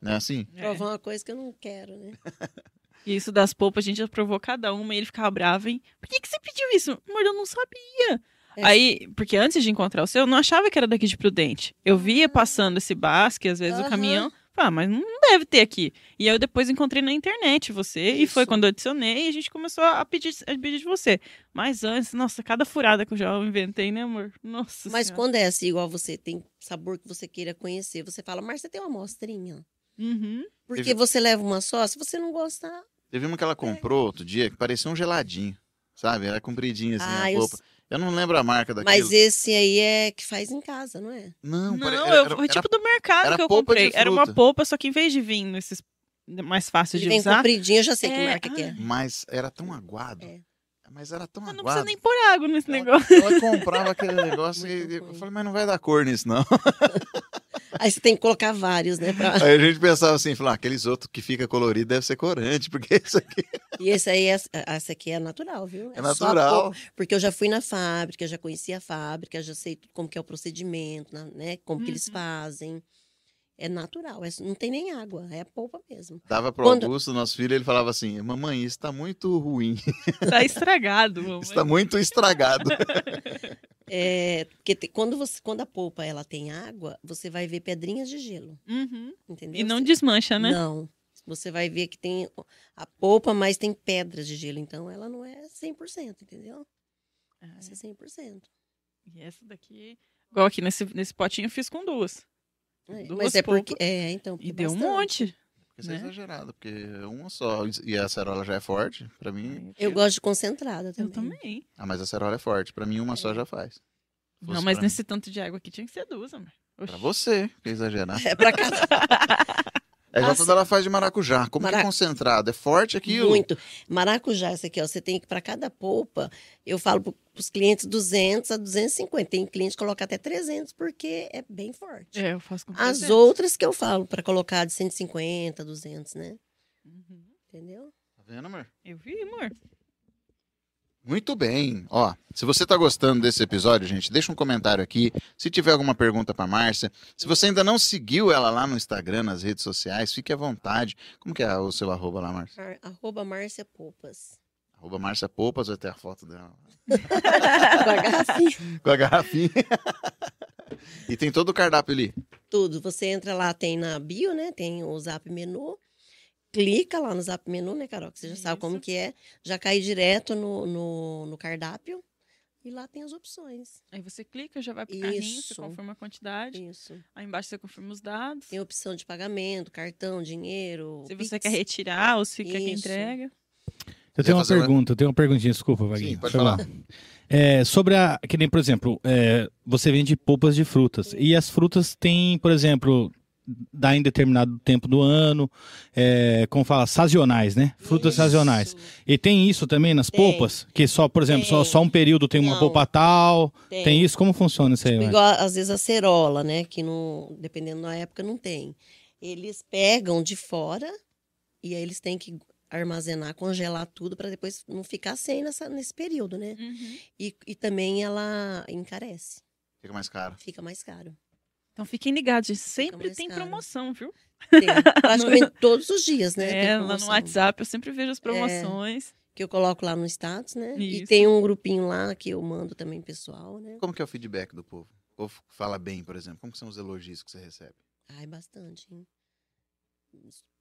Não é assim?
É.
Provar uma coisa que eu não quero, né?
E isso das polpas, a gente já provou cada uma e ele ficava bravo, hein? Por que, que você pediu isso? Amor, eu não sabia.
É.
Aí, porque antes de encontrar o seu, eu não achava que era daqui de Prudente. Eu via passando esse basque, às vezes o
Ah. Aham.
caminhão. Ah, mas não deve ter aqui. E aí eu depois encontrei na internet você, e foi
Isso.
quando eu adicionei e a gente começou a pedir, a pedir de você. Mas antes, nossa, cada furada que eu já inventei, né, amor? Nossa
Mas
Senhora.
quando é assim, igual você tem sabor que você queira conhecer, você fala, mas você tem uma amostrinha.
Uhum.
Porque
Teve-
você leva uma só, se você não gostar.
Teve uma que ela comprou outro dia que parecia um geladinho, sabe? Era compridinho assim
ah,
a
eu...
roupa. Eu não lembro a marca daquilo.
Mas esse aí é que faz em casa, não é?
Não,
Não,
pare-
eu, foi tipo do mercado
era
que eu
polpa de
comprei. Era uma
fruta.
polpa, só que em vez de vir nesses mais fáceis
Ele
de
vem
usar,
compridinho, eu já sei
É,
que marca que é.
Mas era tão aguado.
É.
Mas era tão
Eu não precisa
aguado.
nem pôr água
Tá.
nesse
Ela-
negócio.
Ela, comprava aquele negócio
Muito
e eu
ruim.
falei, mas não vai dar cor nisso, não.
ah.
Aí você tem que colocar vários, né? pra-
Aí a gente pensava assim, falou, ah, aqueles outros que fica colorido deve ser corante, porque isso aqui
E esse aí, é... essa aqui é natural, viu?
é
só
natural.
pouco. Porque eu já fui na fábrica, eu já conheci a fábrica, já sei tudo como que é o procedimento, na- né? Como que eles
Uhum.
fazem. É natural, é- não tem nem água, é a polpa mesmo.
Dava pro
Quando-
Augusto, nosso filho, ele falava assim, mamãe, isso tá muito ruim,
Tá estragado, mamãe.
isso tá muito estragado.
É, porque te- quando, você, quando a polpa ela tem água, você vai ver pedrinhas de gelo,
Uhum.
entendeu?
E não
Você-
desmancha, né?
Não. Você vai ver que tem a polpa, mas tem pedras de gelo, então ela não é 100%, entendeu?
Ah,
Essa é 100%.
E essa daqui. Igual aqui nesse, nesse potinho eu fiz com duas.
É,
Duas
mas é porque
polpas.
é, então,
E
é
deu um
bastante.
monte.
Isso é
Né?
exagerado, porque é uma só, e a acerola já é forte, pra mim...
Eu gosto de concentrada
Eu
também.
também.
Ah, mas a acerola é forte, pra mim uma só já faz. Fosse
Não, mas
pra
nesse tanto de água aqui tinha que ser duas, amor. Oxi.
Pra você, que é exagerado.
É pra cada
É igual
Ah,
quando
sim.
ela faz de maracujá. Como que é
Mara-
concentrado? É forte aquilo?
muito. Maracujá, essa aqui, ó, você tem que para cada polpa, eu falo para os clientes 200 a 250. Tem cliente que coloca até 300 porque é bem forte.
É, eu faço com
As
presente.
outras que eu falo para colocar de 150, 200, né?
Uhum.
Entendeu?
Tá vendo, amor?
Eu vi, amor.
Muito bem. Ó, se você está gostando desse episódio, gente, deixa um comentário aqui. Se tiver alguma pergunta para Márcia, se você ainda não seguiu ela lá no Instagram, nas redes sociais, fique à vontade. Como que é o seu arroba lá, Márcia?
Ar- Arroba Márcia Poupas.
Arroba Márcia Poupas, vai ter a foto dela.
Com assim. a garrafinha.
Com a garrafinha. e tem todo o cardápio ali.
Tudo. Você entra lá, tem na bio, né? Tem o Zap Menu. Clica lá no Zap Menu, né, Carol? Que você já sabe como
Isso.
que é. Já cai direto no, no, no cardápio. E lá tem as opções.
Aí você clica, já vai pro carrinho, você
Isso.
confirma a quantidade.
Isso.
Aí embaixo você confirma os dados.
Tem opção de pagamento, cartão, dinheiro.
Se você
Pix.
quer retirar ou se quer que
Isso.
entrega.
Eu tenho uma
fazer uma-
pergunta, eu tenho uma perguntinha, desculpa, Vaguinho.
Sim, pode
Foi lá.
falar.
É, sobre a. Que nem, por exemplo, é, você vende polpas de frutas. E as frutas têm, por exemplo, dá em determinado tempo do ano, é, como fala, sazonais, né? Frutas
Isso.
sazonais. E tem isso também nas
Tem.
polpas? Que só, por exemplo, só,
Tem.
só um período tem uma
Não.
polpa tal.
Tem.
Tem. isso? Como funciona isso aí?
Tipo,
Vaguinho?
igual, às vezes, a cerola, né? Que não, dependendo da época, não tem. Eles pegam de fora e aí eles têm que armazenar, congelar tudo para depois não ficar sem nessa- nesse período, né?
Uhum.
E, e também ela encarece,
Fica é mais caro.
fica mais caro.
Então fiquem ligados, gente. Sempre
mais
tem
caro.
promoção, viu?
Tem, praticamente todos os dias, né? tem
É, lá no
promoção. É.
WhatsApp eu sempre vejo as promoções.
Que eu coloco lá no status, né? E
Isso.
tem um grupinho lá que eu mando também pessoal, né?
Como que é o feedback do povo? O povo fala bem, por exemplo. Como que são os elogios que você recebe?
Ai, bastante, hein?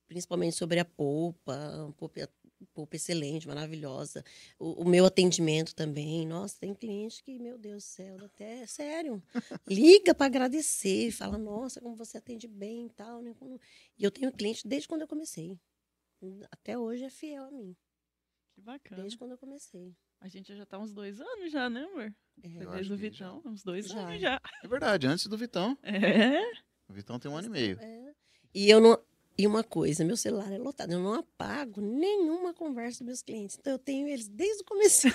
Principalmente sobre a polpa, um a polpa, a polpa excelente, maravilhosa. O, o meu atendimento também. Nossa, tem cliente que, meu Deus do céu, dá até sério. Liga para agradecer, fala, nossa, como você atende bem e tal. né? Como- E eu tenho cliente desde quando eu comecei. Até hoje é fiel a mim,
Que bacana.
desde quando eu comecei.
A gente já tá uns dois anos já, né, amor?
É,
Eu
Desde
acho
o
que já.
Vitão, uns dois
Já.
anos já.
É verdade, antes do Vitão.
É.
O Vitão tem um ano e meio.
é. E eu não. E uma coisa, meu celular é lotado, eu não apago nenhuma conversa dos meus clientes. Então eu tenho eles desde o começo.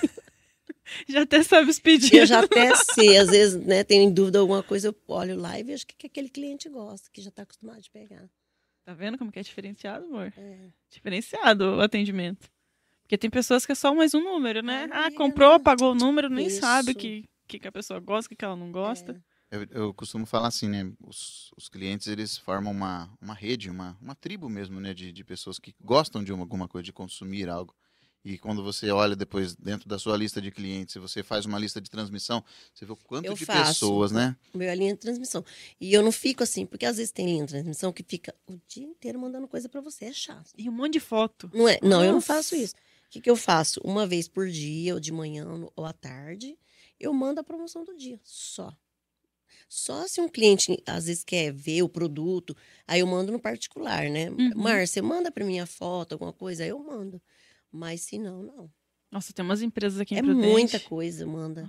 Já até sabe os pedidos.
Eu já até sei, às vezes, né, tenho em dúvida alguma coisa, eu olho lá e vejo o que, que aquele cliente gosta, que já está acostumado de pegar.
Tá vendo como que é diferenciado, amor?
É.
Diferenciado o atendimento. Porque tem pessoas que é só mais um número, né?
Ah,
Ah,
liga,
comprou,
né?
pagou o número, nem
Isso. É.
sabe o que, que, que a pessoa gosta, o que, que ela não gosta.
Eu, eu costumo falar assim, né? Os, os clientes, eles formam uma, uma rede, uma, uma tribo mesmo, né? De, de pessoas que gostam de uma- alguma coisa, de consumir algo. E quando você olha depois dentro da sua lista de clientes, se você faz uma lista de transmissão, você vê o quanto
Eu
de
faço.
pessoas, né?
O meu é a linha de transmissão. E eu não fico assim, porque às vezes tem linha de transmissão que fica o dia inteiro mandando coisa para você, é chato.
E um monte de foto.
Não é? Não, eu não
Nossa.
faço isso. O que, que eu faço? Uma vez por dia, ou de manhã ou à tarde, eu mando a promoção do dia, só. Só se um cliente, às vezes, quer ver o produto, aí eu mando no particular, né?
Uhum.
Márcia, manda pra mim a foto, alguma coisa, aí eu mando. Mas se não, não.
Nossa, tem umas empresas aqui em
é
Prudente.
muita coisa, manda.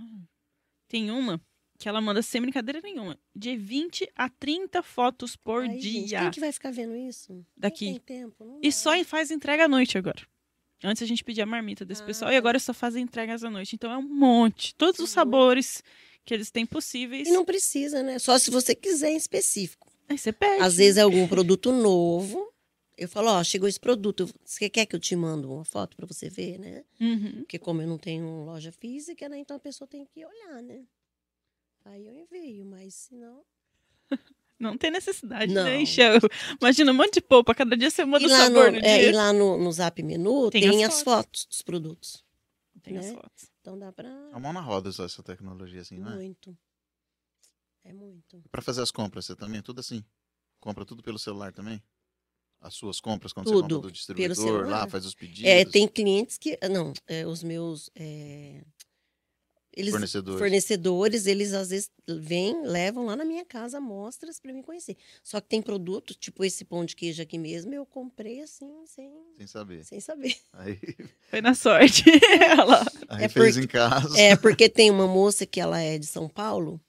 Tem uma que ela manda sem brincadeira nenhuma. De 20 a 30 fotos por
Ai, gente,
dia
quem que vai ficar vendo isso? Não
daqui.
tem tempo, não
E
dá.
só em- faz entrega à noite agora. Antes a gente pedia a marmita desse
Ah,
pessoal
tá.
e agora só fazem entregas à noite. Então é um monte. Todos os
Que
sabores que eles têm possíveis.
E não precisa, né? Só se você quiser em específico.
Aí você pede.
Às vezes é algum produto novo. Eu falo, ó, chegou esse produto. Você quer que eu te mando uma foto pra você ver, né?
Uhum.
Porque como eu não tenho loja física, né? Então a pessoa tem que olhar, né? Aí eu envio, mas se não...
Não tem necessidade,
Não.
né? Encher. Imagina um monte de polpa. Cada dia você muda
E
o
lá, no,
sabor no,
é,
dia.
e lá no, no Zap Menu
Tem
tem,
as
as, fotos dos produtos.
Tem as
né?
fotos.
Então dá pra...
É uma mão na roda só essa tecnologia, assim, né?
Muito. É muito.
Pra fazer as compras, você também? Tudo assim? Compra tudo pelo celular também? As suas compras, quando você
Tudo
compra do
pelo
distribuidor lá,
celular.
faz os pedidos,
É, tem clientes que. Não, é, os meus. é, eles,
fornecedores.
fornecedores, eles às vezes vêm, levam lá na minha casa amostras para mim conhecer. Só que tem produto, tipo esse pão de queijo aqui mesmo, eu comprei assim, sem,
Sem saber.
sem saber.
Aí,
Foi na sorte. Ela.
aí
É
fez
porque-
em casa.
É, porque tem uma moça que ela é de São Paulo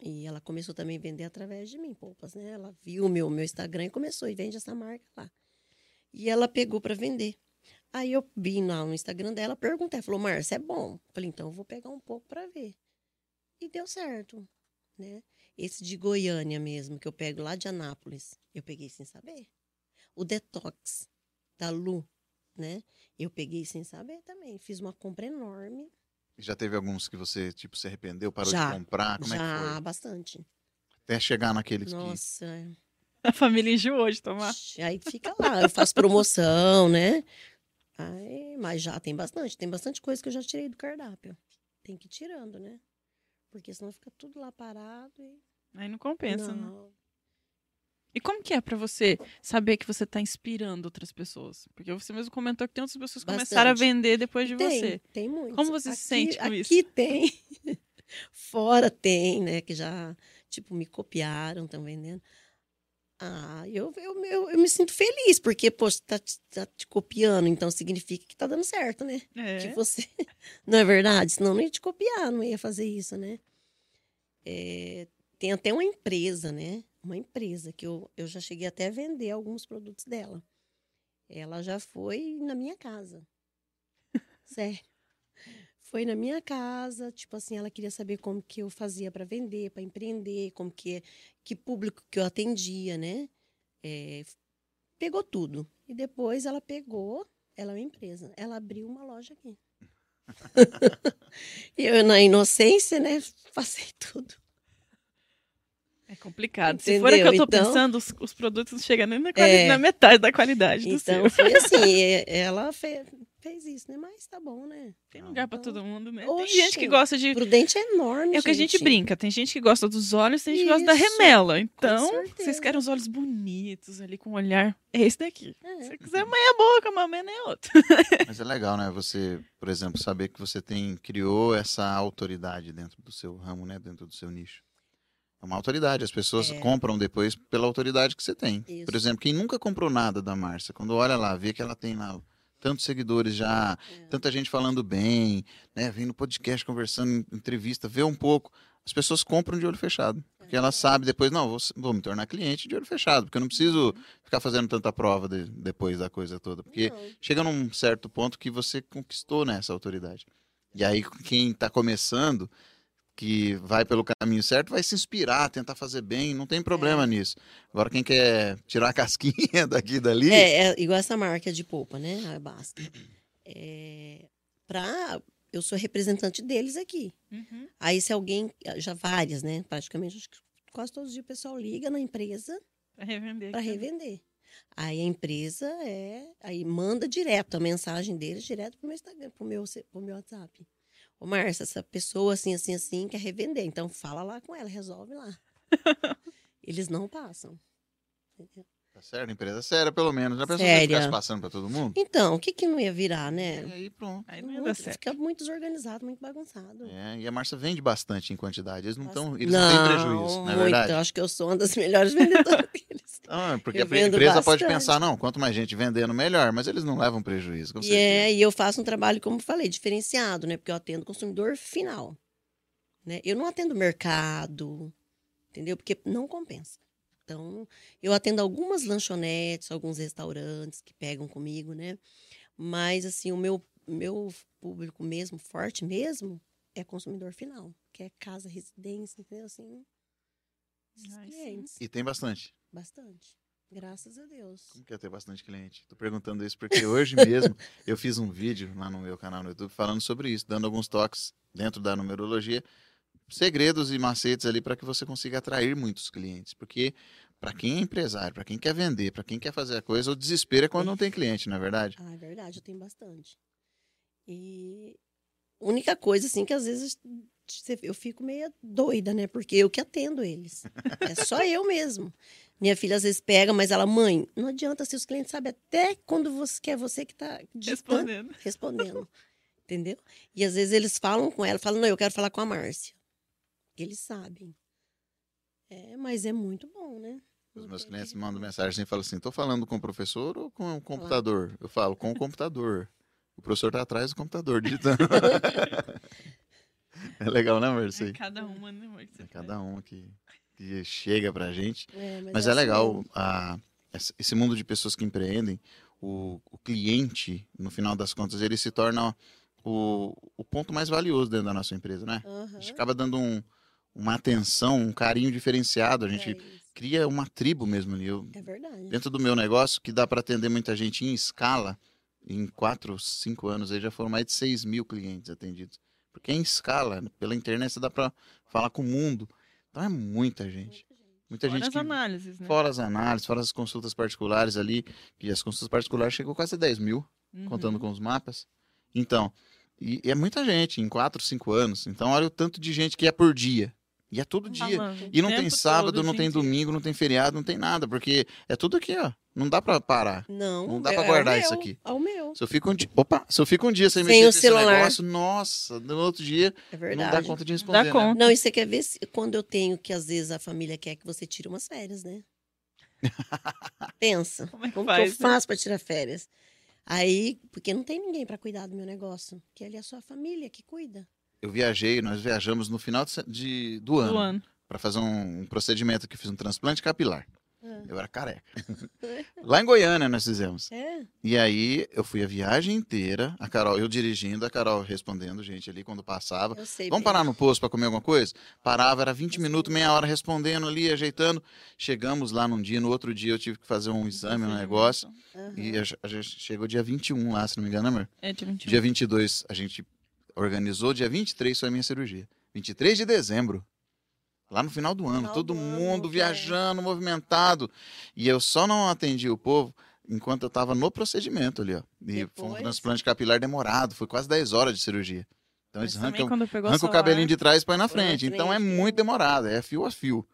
e ela começou também a vender através de mim, poupas, né? Ela viu o meu, meu Instagram e começou e vende essa marca lá. E ela pegou para vender. Aí eu vi lá no Instagram dela, perguntei, falou, Márcia, é bom? Eu Falei, então eu vou pegar um pouco para ver. E deu certo, né? Esse de Goiânia mesmo, que eu pego lá de Anápolis, eu peguei sem saber. O Detox, da Lu, né? Eu peguei sem saber também. Fiz uma compra enorme
Já teve alguns que você, tipo, se arrependeu, parou
Já.
de comprar? Como é que
Já,
foi?
bastante.
Até chegar naqueles que...
Nossa, é.
A família enjoou de tomar.
Ixi, aí fica lá, eu faço promoção, né? Aí, mas já tem bastante, tem bastante coisa que eu já tirei do cardápio. Tem que ir tirando, né? Porque senão fica tudo lá parado e.
Aí não compensa, né?
não.
E como que é pra você saber que você tá inspirando outras pessoas? Porque você mesmo comentou que tem outras pessoas que começaram a
Bastante.
vender depois de
tem,
você.
Tem muito.
Como você se sente com
aqui
isso?
tem. Fora tem, né? Que já, tipo, me copiaram, estão vendendo. Ah, eu, eu, eu, eu me sinto feliz, porque, poxa, tá, te- tá te copiando, então significa que tá dando certo, né?
É.
Que você. Não é verdade? Senão não ia te copiar, não ia fazer isso, né? É, tem até uma empresa, né? Uma empresa que eu, eu já cheguei até a vender alguns produtos dela. Ela já foi na minha casa. Sério. Foi na minha casa, tipo assim, ela queria saber como que eu fazia para vender, para empreender, como que é, que público que eu atendia, né? É, f- pegou tudo. E depois ela pegou, ela é uma empresa, ela abriu uma loja aqui. E eu, na inocência, né, passei tudo.
É complicado. Se for o que
Entendeu?
eu tô
Então-
pensando, os, os produtos não chegam nem na, quali-
É.
na metade da qualidade do
Então
seu.
foi assim, é- ela fe- fez isso, né? Mas tá bom, né?
Tem lugar pra todo mundo, né?
Oxe.
Tem gente que gosta de.
Prudente é enorme,
É o que a gente brinca. Tem gente que gosta dos olhos, tem gente que gosta da
Isso.
remela. Então, vocês
certeza.
querem os olhos bonitos ali com um olhar. É esse daqui. Se
É.
você quiser meia boca, uma mena é outra.
Mas é legal, né? Você, por exemplo, saber que você tem criou essa autoridade dentro do seu ramo, né? Dentro do seu nicho. É uma autoridade. As pessoas
É.
compram depois pela autoridade que você tem.
Isso.
Por exemplo, quem nunca comprou nada da Márcia, quando olha lá, vê que ela tem lá tantos seguidores já,
É.
tanta gente falando bem, né? Vem no podcast conversando, em entrevista, vê um pouco. As pessoas compram de olho fechado. Porque
É.
ela sabe depois, não, vou, vou me tornar cliente de olho fechado, porque eu não preciso
Uhum.
ficar fazendo tanta prova de- depois da coisa toda. Porque
Não,
chega num certo ponto que você conquistou né, essa autoridade. E aí, quem está começando, que vai pelo caminho certo, vai se inspirar, tentar fazer bem, não tem
É.
problema nisso. Agora, quem quer tirar a casquinha daqui e dali,
É, é igual essa marca de polpa, né? A Basta. É, pra, eu sou representante deles aqui.
Uhum.
Aí se alguém, já várias, né? Praticamente, acho que quase todos os dias o pessoal liga na empresa
Pra revender.
para revender. Aí a empresa é, aí manda direto a mensagem deles direto pro meu Instagram, pro meu, ce- pro meu WhatsApp. Ô, Márcia, essa pessoa assim, assim, assim quer revender, então fala lá com ela, resolve lá. Eles não passam. entendeu?
tá certo? Empresa séria, pelo menos. Já pensou se
Séria.
ficasse passando para todo mundo?
Então, o que que não ia virar,
E
né?
aí, pronto.
Aí É, não ia dar
Muito-
certo.
fica muito desorganizado, muito bagunçado.
É, e a Márcia vende bastante em quantidade. Eles não, tão,
Bastante.
eles não, têm prejuízo, não é
muito.
verdade?
Eu acho que eu sou uma das melhores vendedoras deles.
Ah, porque a
Eu
empresa
vendo
pode
bastante.
pensar, não, quanto mais gente vendendo, melhor. Mas eles não levam prejuízo, com
E,
certeza.
é, e eu faço um trabalho, como eu falei, diferenciado, né? Porque eu atendo o consumidor final. Né? Eu não atendo mercado, entendeu? Porque não compensa. Então, eu atendo algumas lanchonetes, alguns restaurantes que pegam comigo, né? Mas, assim, o meu, meu público mesmo, forte mesmo, é consumidor final, que é casa, residência, entendeu? Assim, esses
Ai, sim.
clientes.
E tem bastante.
Bastante. Graças a Deus.
Como que é ter bastante cliente? Tô perguntando isso porque hoje mesmo eu fiz um vídeo lá no meu canal no YouTube falando sobre isso, dando alguns toques dentro da numerologia, segredos e macetes ali para que você consiga atrair muitos clientes, porque para quem é empresário, para quem quer vender, para quem quer fazer a coisa, o desespero é quando não tem cliente, não é verdade?
Ah, é verdade, eu tenho bastante. E a única coisa, assim, que às vezes você- eu fico meio doida, né? Porque eu que atendo eles. É só eu mesmo. Minha filha às vezes pega, mas ela, mãe, não adianta se os clientes sabem até quando você quer você que tá digitando
Respondendo.
respondendo. entendeu? E às vezes eles falam com ela, falam, não, eu quero falar com a Márcia. Eles sabem. É, mas é muito bom, né?
Os
Não
meus
tem
clientes
que-
me mandam mensagem e falam assim: tô falando com o professor ou com o computador? Eu falo, com o computador. O professor tá atrás do computador digitando. é legal, né, Mercy?
É cada uma, né, amor? que você
É
faz.
cada um que, que chega pra gente.
É,
Mas é
assim
legal
mesmo.
a- essa- esse mundo de pessoas que empreendem, o, o cliente, no final das contas, ele se torna o, o ponto mais valioso dentro da nossa empresa, né? A
Aham.
gente acaba dando um- uma atenção, um carinho diferenciado, a gente
É isso.
cria uma tribo mesmo ali. Eu-
É verdade.
dentro do meu negócio, que dá para atender muita gente em escala, em quatro, cinco anos aí já foram mais de 6 mil clientes atendidos. porque é em escala, né? pela internet você dá para falar com o mundo. Então é muita gente. Muita
Fora
gente
as
que
análises, né?
Fora as análises, fora as consultas particulares ali, e as consultas particulares chegou quase 10 mil,
Uhum.
contando com os mapas. Então, e, e é muita gente, em 4, 5 anos. Então, olha o tanto de gente que é por dia. E é todo dia.
Falando o
E não
tempo
tem
todo, assim.
sábado, não tem
gente.
domingo, não tem feriado, não tem nada, porque é tudo aqui, ó. Não dá pra parar.
Não,
Não dá
é-
pra
é o
guardar isso
meu,
aqui.
É o meu.
Se eu fico um dia, opa, se eu fico um dia sem,
Sem
mexer
o
nesse
celular.
negócio, nossa, no outro dia
É
não dá
verdade.
conta de
Não
responder.
Dá
né?
conta.
Não, e você quer ver se- quando eu tenho que às vezes a família quer que você tire umas férias, né? Pensa.
Como é que
Como
faz?
que eu faço para tirar férias? Aí, porque não tem ninguém para cuidar do meu negócio, que ali é só a família que cuida.
Eu viajei, nós viajamos no final de se- de- do
Do
ano.
ano.
para fazer um, um procedimento que eu fiz um transplante capilar.
Ah.
Eu era careca. Lá em Goiânia nós fizemos.
É?
E aí eu fui a viagem inteira, a Carol, eu dirigindo, a Carol respondendo gente ali quando passava.
Eu sei.
Vamos
bem.
parar no posto para comer alguma coisa? Parava, era 20 minutos, meia hora respondendo ali, ajeitando. Chegamos lá num dia, no outro dia eu tive que fazer um exame, um negócio.
Aham.
E a, ge- a gente chegou dia 21 lá, se não me engano, né, amor?
É de 21.
Dia 22 a gente organizou, dia 23 foi a minha cirurgia. 23 de dezembro. Lá no final do ano,
Final
todo
do ano,
mundo
é.
viajando, movimentado. E eu só não atendi o povo enquanto eu tava no procedimento ali, ó. E foi um
Depois?
transplante capilar demorado, foi quase 10 horas de cirurgia. Então
Mas
eles
também
arrancam,
quando pegou
arrancam o
celular,
cabelinho de trás e põe na
Põe na
frente. Então é
frente,
muito
é.
demorado, é fio a fio.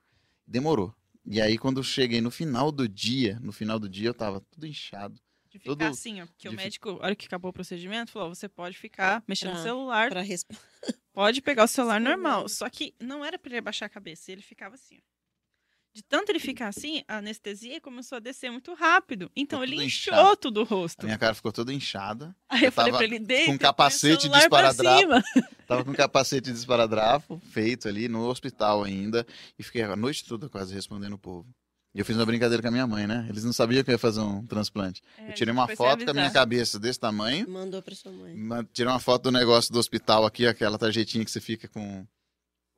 Demorou. E aí quando eu cheguei no final do dia, no final do dia eu tava tudo inchado.
De ficar
todo-
assim, ó. Porque o
de fi-
médico, a hora que acabou o procedimento, falou: ó, você pode ficar mexendo no
Pra-
celular,
Pra responder.
pode pegar o celular
Escondendo.
normal. Só que não era pra ele abaixar a cabeça, ele ficava assim. ó. De tanto ele ficar assim, a anestesia começou a descer muito rápido. Então
Ficou
ele
tudo
inchou
inchado.
tudo o rosto.
A minha cara ficou toda inchada.
Aí
eu
eu, falei
tava um
pra ele, deita. põe o
capacete
celular pra
disparadrapo.
cima."
Tava com um capacete de esparadrafo feito ali no hospital ainda. E fiquei a noite toda quase respondendo o povo. E eu fiz uma brincadeira com a minha mãe, né? Eles não sabiam que eu ia fazer um transplante.
É,
Eu tirei
a
uma
gente foi se
foto com a minha
avisar.
cabeça desse tamanho.
Mandou pra sua mãe.
ma- Tirei uma foto do negócio do hospital aqui, aquela tarjetinha que você fica com,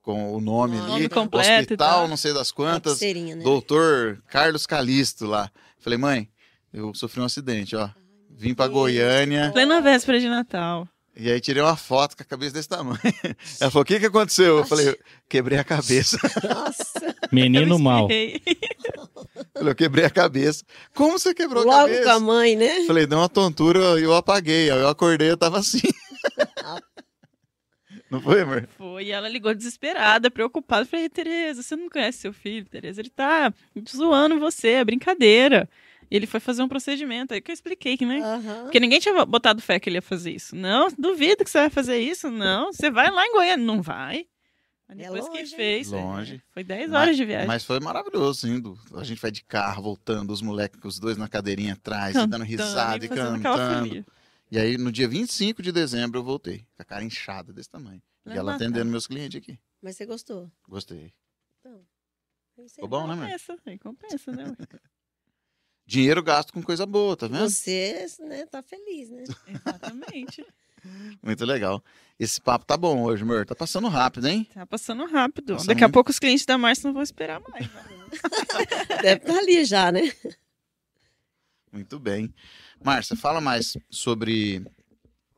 com o nome
Nome
ali.
completo e
hospital,
tal.
não sei das
Uma
quantas.
pulseirinha, né?
Doutor Carlos Calisto lá. Falei, mãe, eu sofri um acidente, ó. Vim pra
Deus.
Goiânia.
Plena véspera de Natal.
E aí tirei uma foto com a cabeça desse tamanho. Ela falou, o que que aconteceu? Eu falei, "Eu quebrei a cabeça.
Nossa,
Menino mal.
Errei.
Eu falei, eu quebrei a cabeça. Como você quebrou a
logo com a
cabeça?
mãe, né?
Eu falei, deu uma tontura e eu apaguei. Aí eu acordei, eu tava assim. Não foi, amor?
Foi, e ela ligou desesperada, preocupada. Eu Falei, Tereza, você não conhece seu filho, Tereza? Ele tá zoando você, é brincadeira. E ele foi fazer um procedimento. Aí que eu expliquei que, né?
Aham.
Porque ninguém tinha botado fé que ele ia fazer isso. Não, duvido que você vai fazer isso. Não, você vai lá em Goiânia. Não vai. Aí
É
depois
longe,
que
hein?
fez. é,
Longe.
Foi 10 horas de viagem.
Mas foi maravilhoso, sim. do- A gente vai de carro, voltando, os moleques, os dois na cadeirinha atrás, e dando
Cantando, né,
risada e
fazendo aquela
cantando.
folia.
E aí, no dia 25 de dezembro, eu voltei. Com a cara inchada desse tamanho.
Lá
e
na
ela
casa.
atendendo meus clientes aqui.
Mas você gostou?
Gostei.
Eu sei
Ficou bom, né, amor?
Compensa, né? compensa, né? ué?
Dinheiro gasto com coisa boa, tá vendo?
Você, né, tá feliz, né?
Exatamente.
Muito legal. Esse papo tá bom hoje, amor. Tá passando rápido, hein?
Tá passando rápido.
Passando
Daqui a
muito.
pouco os clientes da Márcia não vão esperar mais. né?
Deve estar ali já, né?
Muito bem. Márcia, fala mais sobre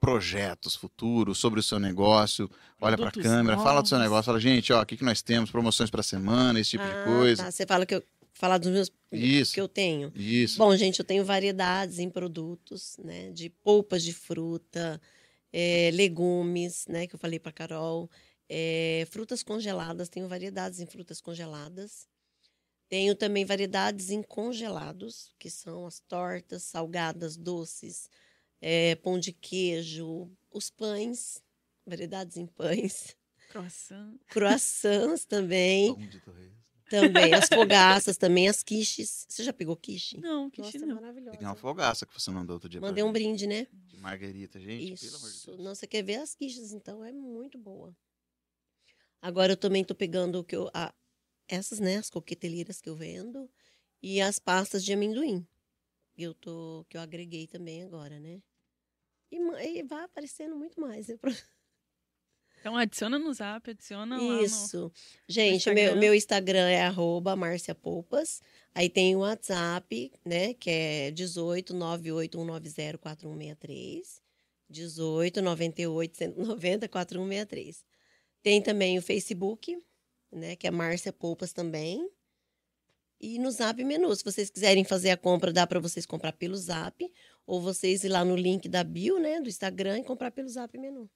projetos futuros, sobre o seu negócio. Olha pra
Produtos
câmera, fala do seu
novos.
negócio. Fala, gente, ó, o que, que nós temos? Promoções pra semana, esse tipo de
Ah,
coisa.
tá. Você fala que eu falar dos meus
Isso.
que eu tenho.
Isso.
Bom, gente, eu tenho variedades em produtos, né? De polpas de fruta, eh, legumes, né? Que eu falei para Carol. eh, frutas congeladas, tenho variedades em frutas congeladas. Tenho também variedades em congelados, que são as tortas, salgadas, doces, eh, pão de queijo, os pães, variedades em pães,
Croissant.
croissants também.
Pão de torresmo.
então, Também, as fogaças, também as quiches. Você já pegou quiche?
Não, que
Nossa, é
não.
maravilhosa.
Peguei uma fogaça que você mandou outro dia. pra
Mandei um
gente,
brinde, né?
De margarita, gente. Pelo amor de
Isso.
Deus.
Não, você quer ver as quiches, então é muito boa. Agora eu também tô pegando o que eu. a- essas, né? As coquetelheiras que eu vendo. E as pastas de amendoim. que Eu tô, que eu agreguei também agora, né? E, ma- e vai aparecendo muito mais, né?
Então adiciona no zap, adiciona lá no...
Isso. Gente,
Instagram.
meu, meu Instagram é arroba Márcia Poupas. Aí tem o um WhatsApp, né? Que é 18981904163. 18 98 190 4163. Tem também o Facebook, né, que é Márcia Poupas também. E no Zap Menu, se vocês quiserem fazer a compra, dá para vocês comprar pelo Zap ou vocês ir lá no link da bio, né, do Instagram e comprar pelo Zap Menu.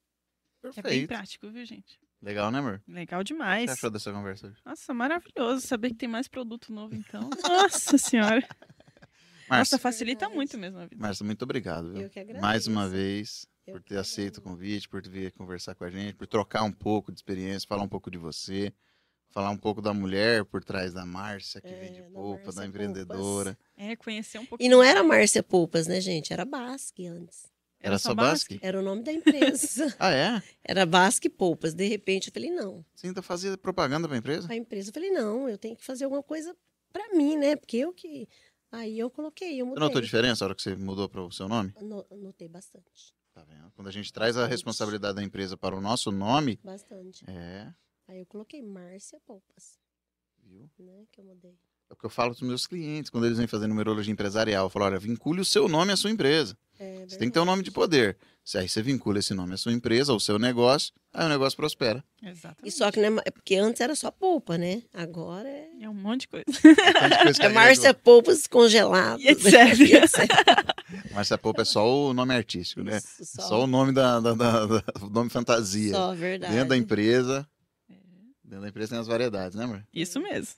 É bem
Perfeito.
prático, viu, gente?
Legal, né, amor?
Legal
O que
demais.
você achou dessa conversa hoje?
Nossa, maravilhoso saber que tem mais produto novo, então. Nossa senhora. Nossa,
Márcia,
facilita
Verdade.
muito mesmo a vida.
Márcia, muito obrigado. Viu?
Eu que agradeço.
Mais uma vez,
Eu
por
que
ter aceito o
agradeço.
convite, por vir conversar com a gente, por trocar um pouco de experiência, falar um pouco de você, falar um pouco da mulher por trás da Márcia, que
É,
vende
da
polpa,
Márcia
da empreendedora.
É, conhecer um
E
pouquinho.
não era Márcia Poupas, né, gente? Era Basque antes.
Era só Basque?
Era o nome da empresa.
Ah, é?
era Basque Poupas. De repente eu falei, não.
Você ainda fazia propaganda pra empresa?
A empresa, eu falei, não, eu tenho que fazer alguma coisa pra mim, né? Porque eu que. Aí eu coloquei, eu
Você
mudei.
notou diferença na hora que você mudou para o seu nome?
No- Notei bastante.
Tá vendo? Quando a gente traz a responsabilidade da empresa para o nosso nome,
Bastante.
é,
Aí eu coloquei Márcia Poupas,
viu?
né? Que eu mudei.
É o que eu falo para os meus clientes quando eles vêm fazer numerologia empresarial. Eu falo, olha, vincule o seu nome à sua empresa.
É
Você tem que ter um nome de
verdade.
poder. Se aí você vincula esse nome à sua empresa, ao seu negócio, aí o negócio prospera.
Exatamente.
E só que, né? ma- é Porque antes era só polpa, né? Agora é.
É um monte de coisa.
Tanto que eu
É
escrevo-
Márcia Poupas congelado.
E etc.
E é etc.
Márcia Poupa é só o nome artístico, né?
Isso,
Só, o nome da, da- da- da- o nome fantasia.
Só, verdade. É.
Dentro da empresa. Dentro da empresa tem as variedades, né, amor?
Isso mesmo.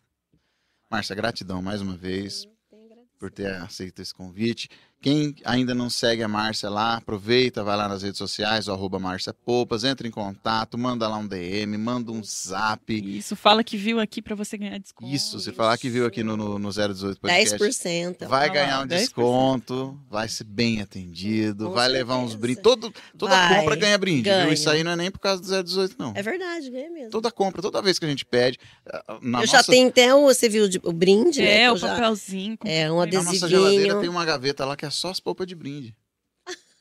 Márcia, gratidão mais uma vez.
Eu tenho que agradecer.
por ter aceito esse convite. Quem ainda não segue a Márcia lá, aproveita, vai lá nas redes sociais, o arroba Márcia Poupas, entra em contato, manda lá um DM, manda um zap.
Isso, fala que viu aqui pra você ganhar desconto.
Isso, se falar que viu aqui no, no, no 018 Podcast,
10%.
vai
Vai lá,
ganhar um
10%.
desconto, vai ser bem atendido,
Com
vai levar uns
certeza.
brindes. Todo, toda
Vai,
compra ganha brinde, viu?
ganha.
Isso aí não é nem por causa do 018, não.
É verdade, é mesmo.
Toda compra, toda vez que a gente pede, eh, na
eu
nossa,
já tenho até o, você viu de- o brinde, né? que
É,
eu
o
já-
papelzinho. com-
É, um
na nossa
adesivinho.
geladeira tem uma gaveta lá que é só as polpas de brinde.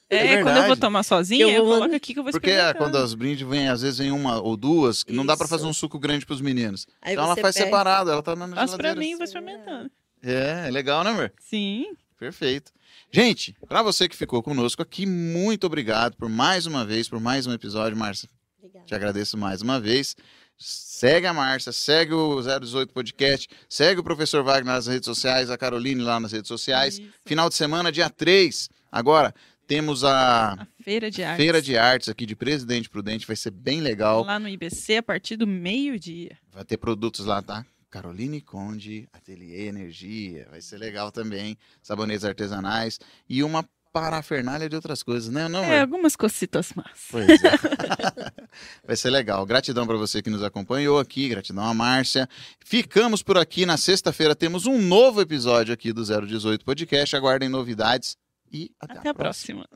É,
é
quando eu vou
verdade.
tomar sozinha,
Eu
eu,
vou mandar-
coloco aqui que eu vou
Porque é
experimentar.
quando as brindes vêm, às vezes vem uma ou duas, que não dá pra
Isso.
fazer um suco grande pros meninos.
Aí
então ela
você
faz
pega-
separado, ela tá na na
Faz pra
geladeira.
mim e vou experimentando.
É, é legal, né, amor?
Sim.
Perfeito. Gente, pra você que ficou conosco aqui, muito obrigado por mais uma vez, por mais um episódio, Márcia.
Obrigada.
Te agradeço mais uma vez. Segue a Márcia, segue o 018 Podcast, segue o Professor Wagner nas redes sociais, a Caroline lá nas redes sociais.
Isso.
Final de semana, dia 3. Agora, temos a
A feira de arte.
Feira de Artes aqui de Presidente Prudente, vai ser bem legal.
Lá no IBC a partir do meio-dia.
Vai ter produtos lá, tá? Caroline Conde, Ateliê Energia, vai ser legal também. Sabonetes artesanais e uma parafernália de outras coisas, né? Não,
É,
é.
algumas cocitas más.
Pois é. vai ser legal. Gratidão para você que nos acompanhou aqui, gratidão a Márcia. Ficamos por aqui. Na sexta-feira temos um novo episódio aqui do 018 Podcast. Aguardem novidades e até,
Até a próxima.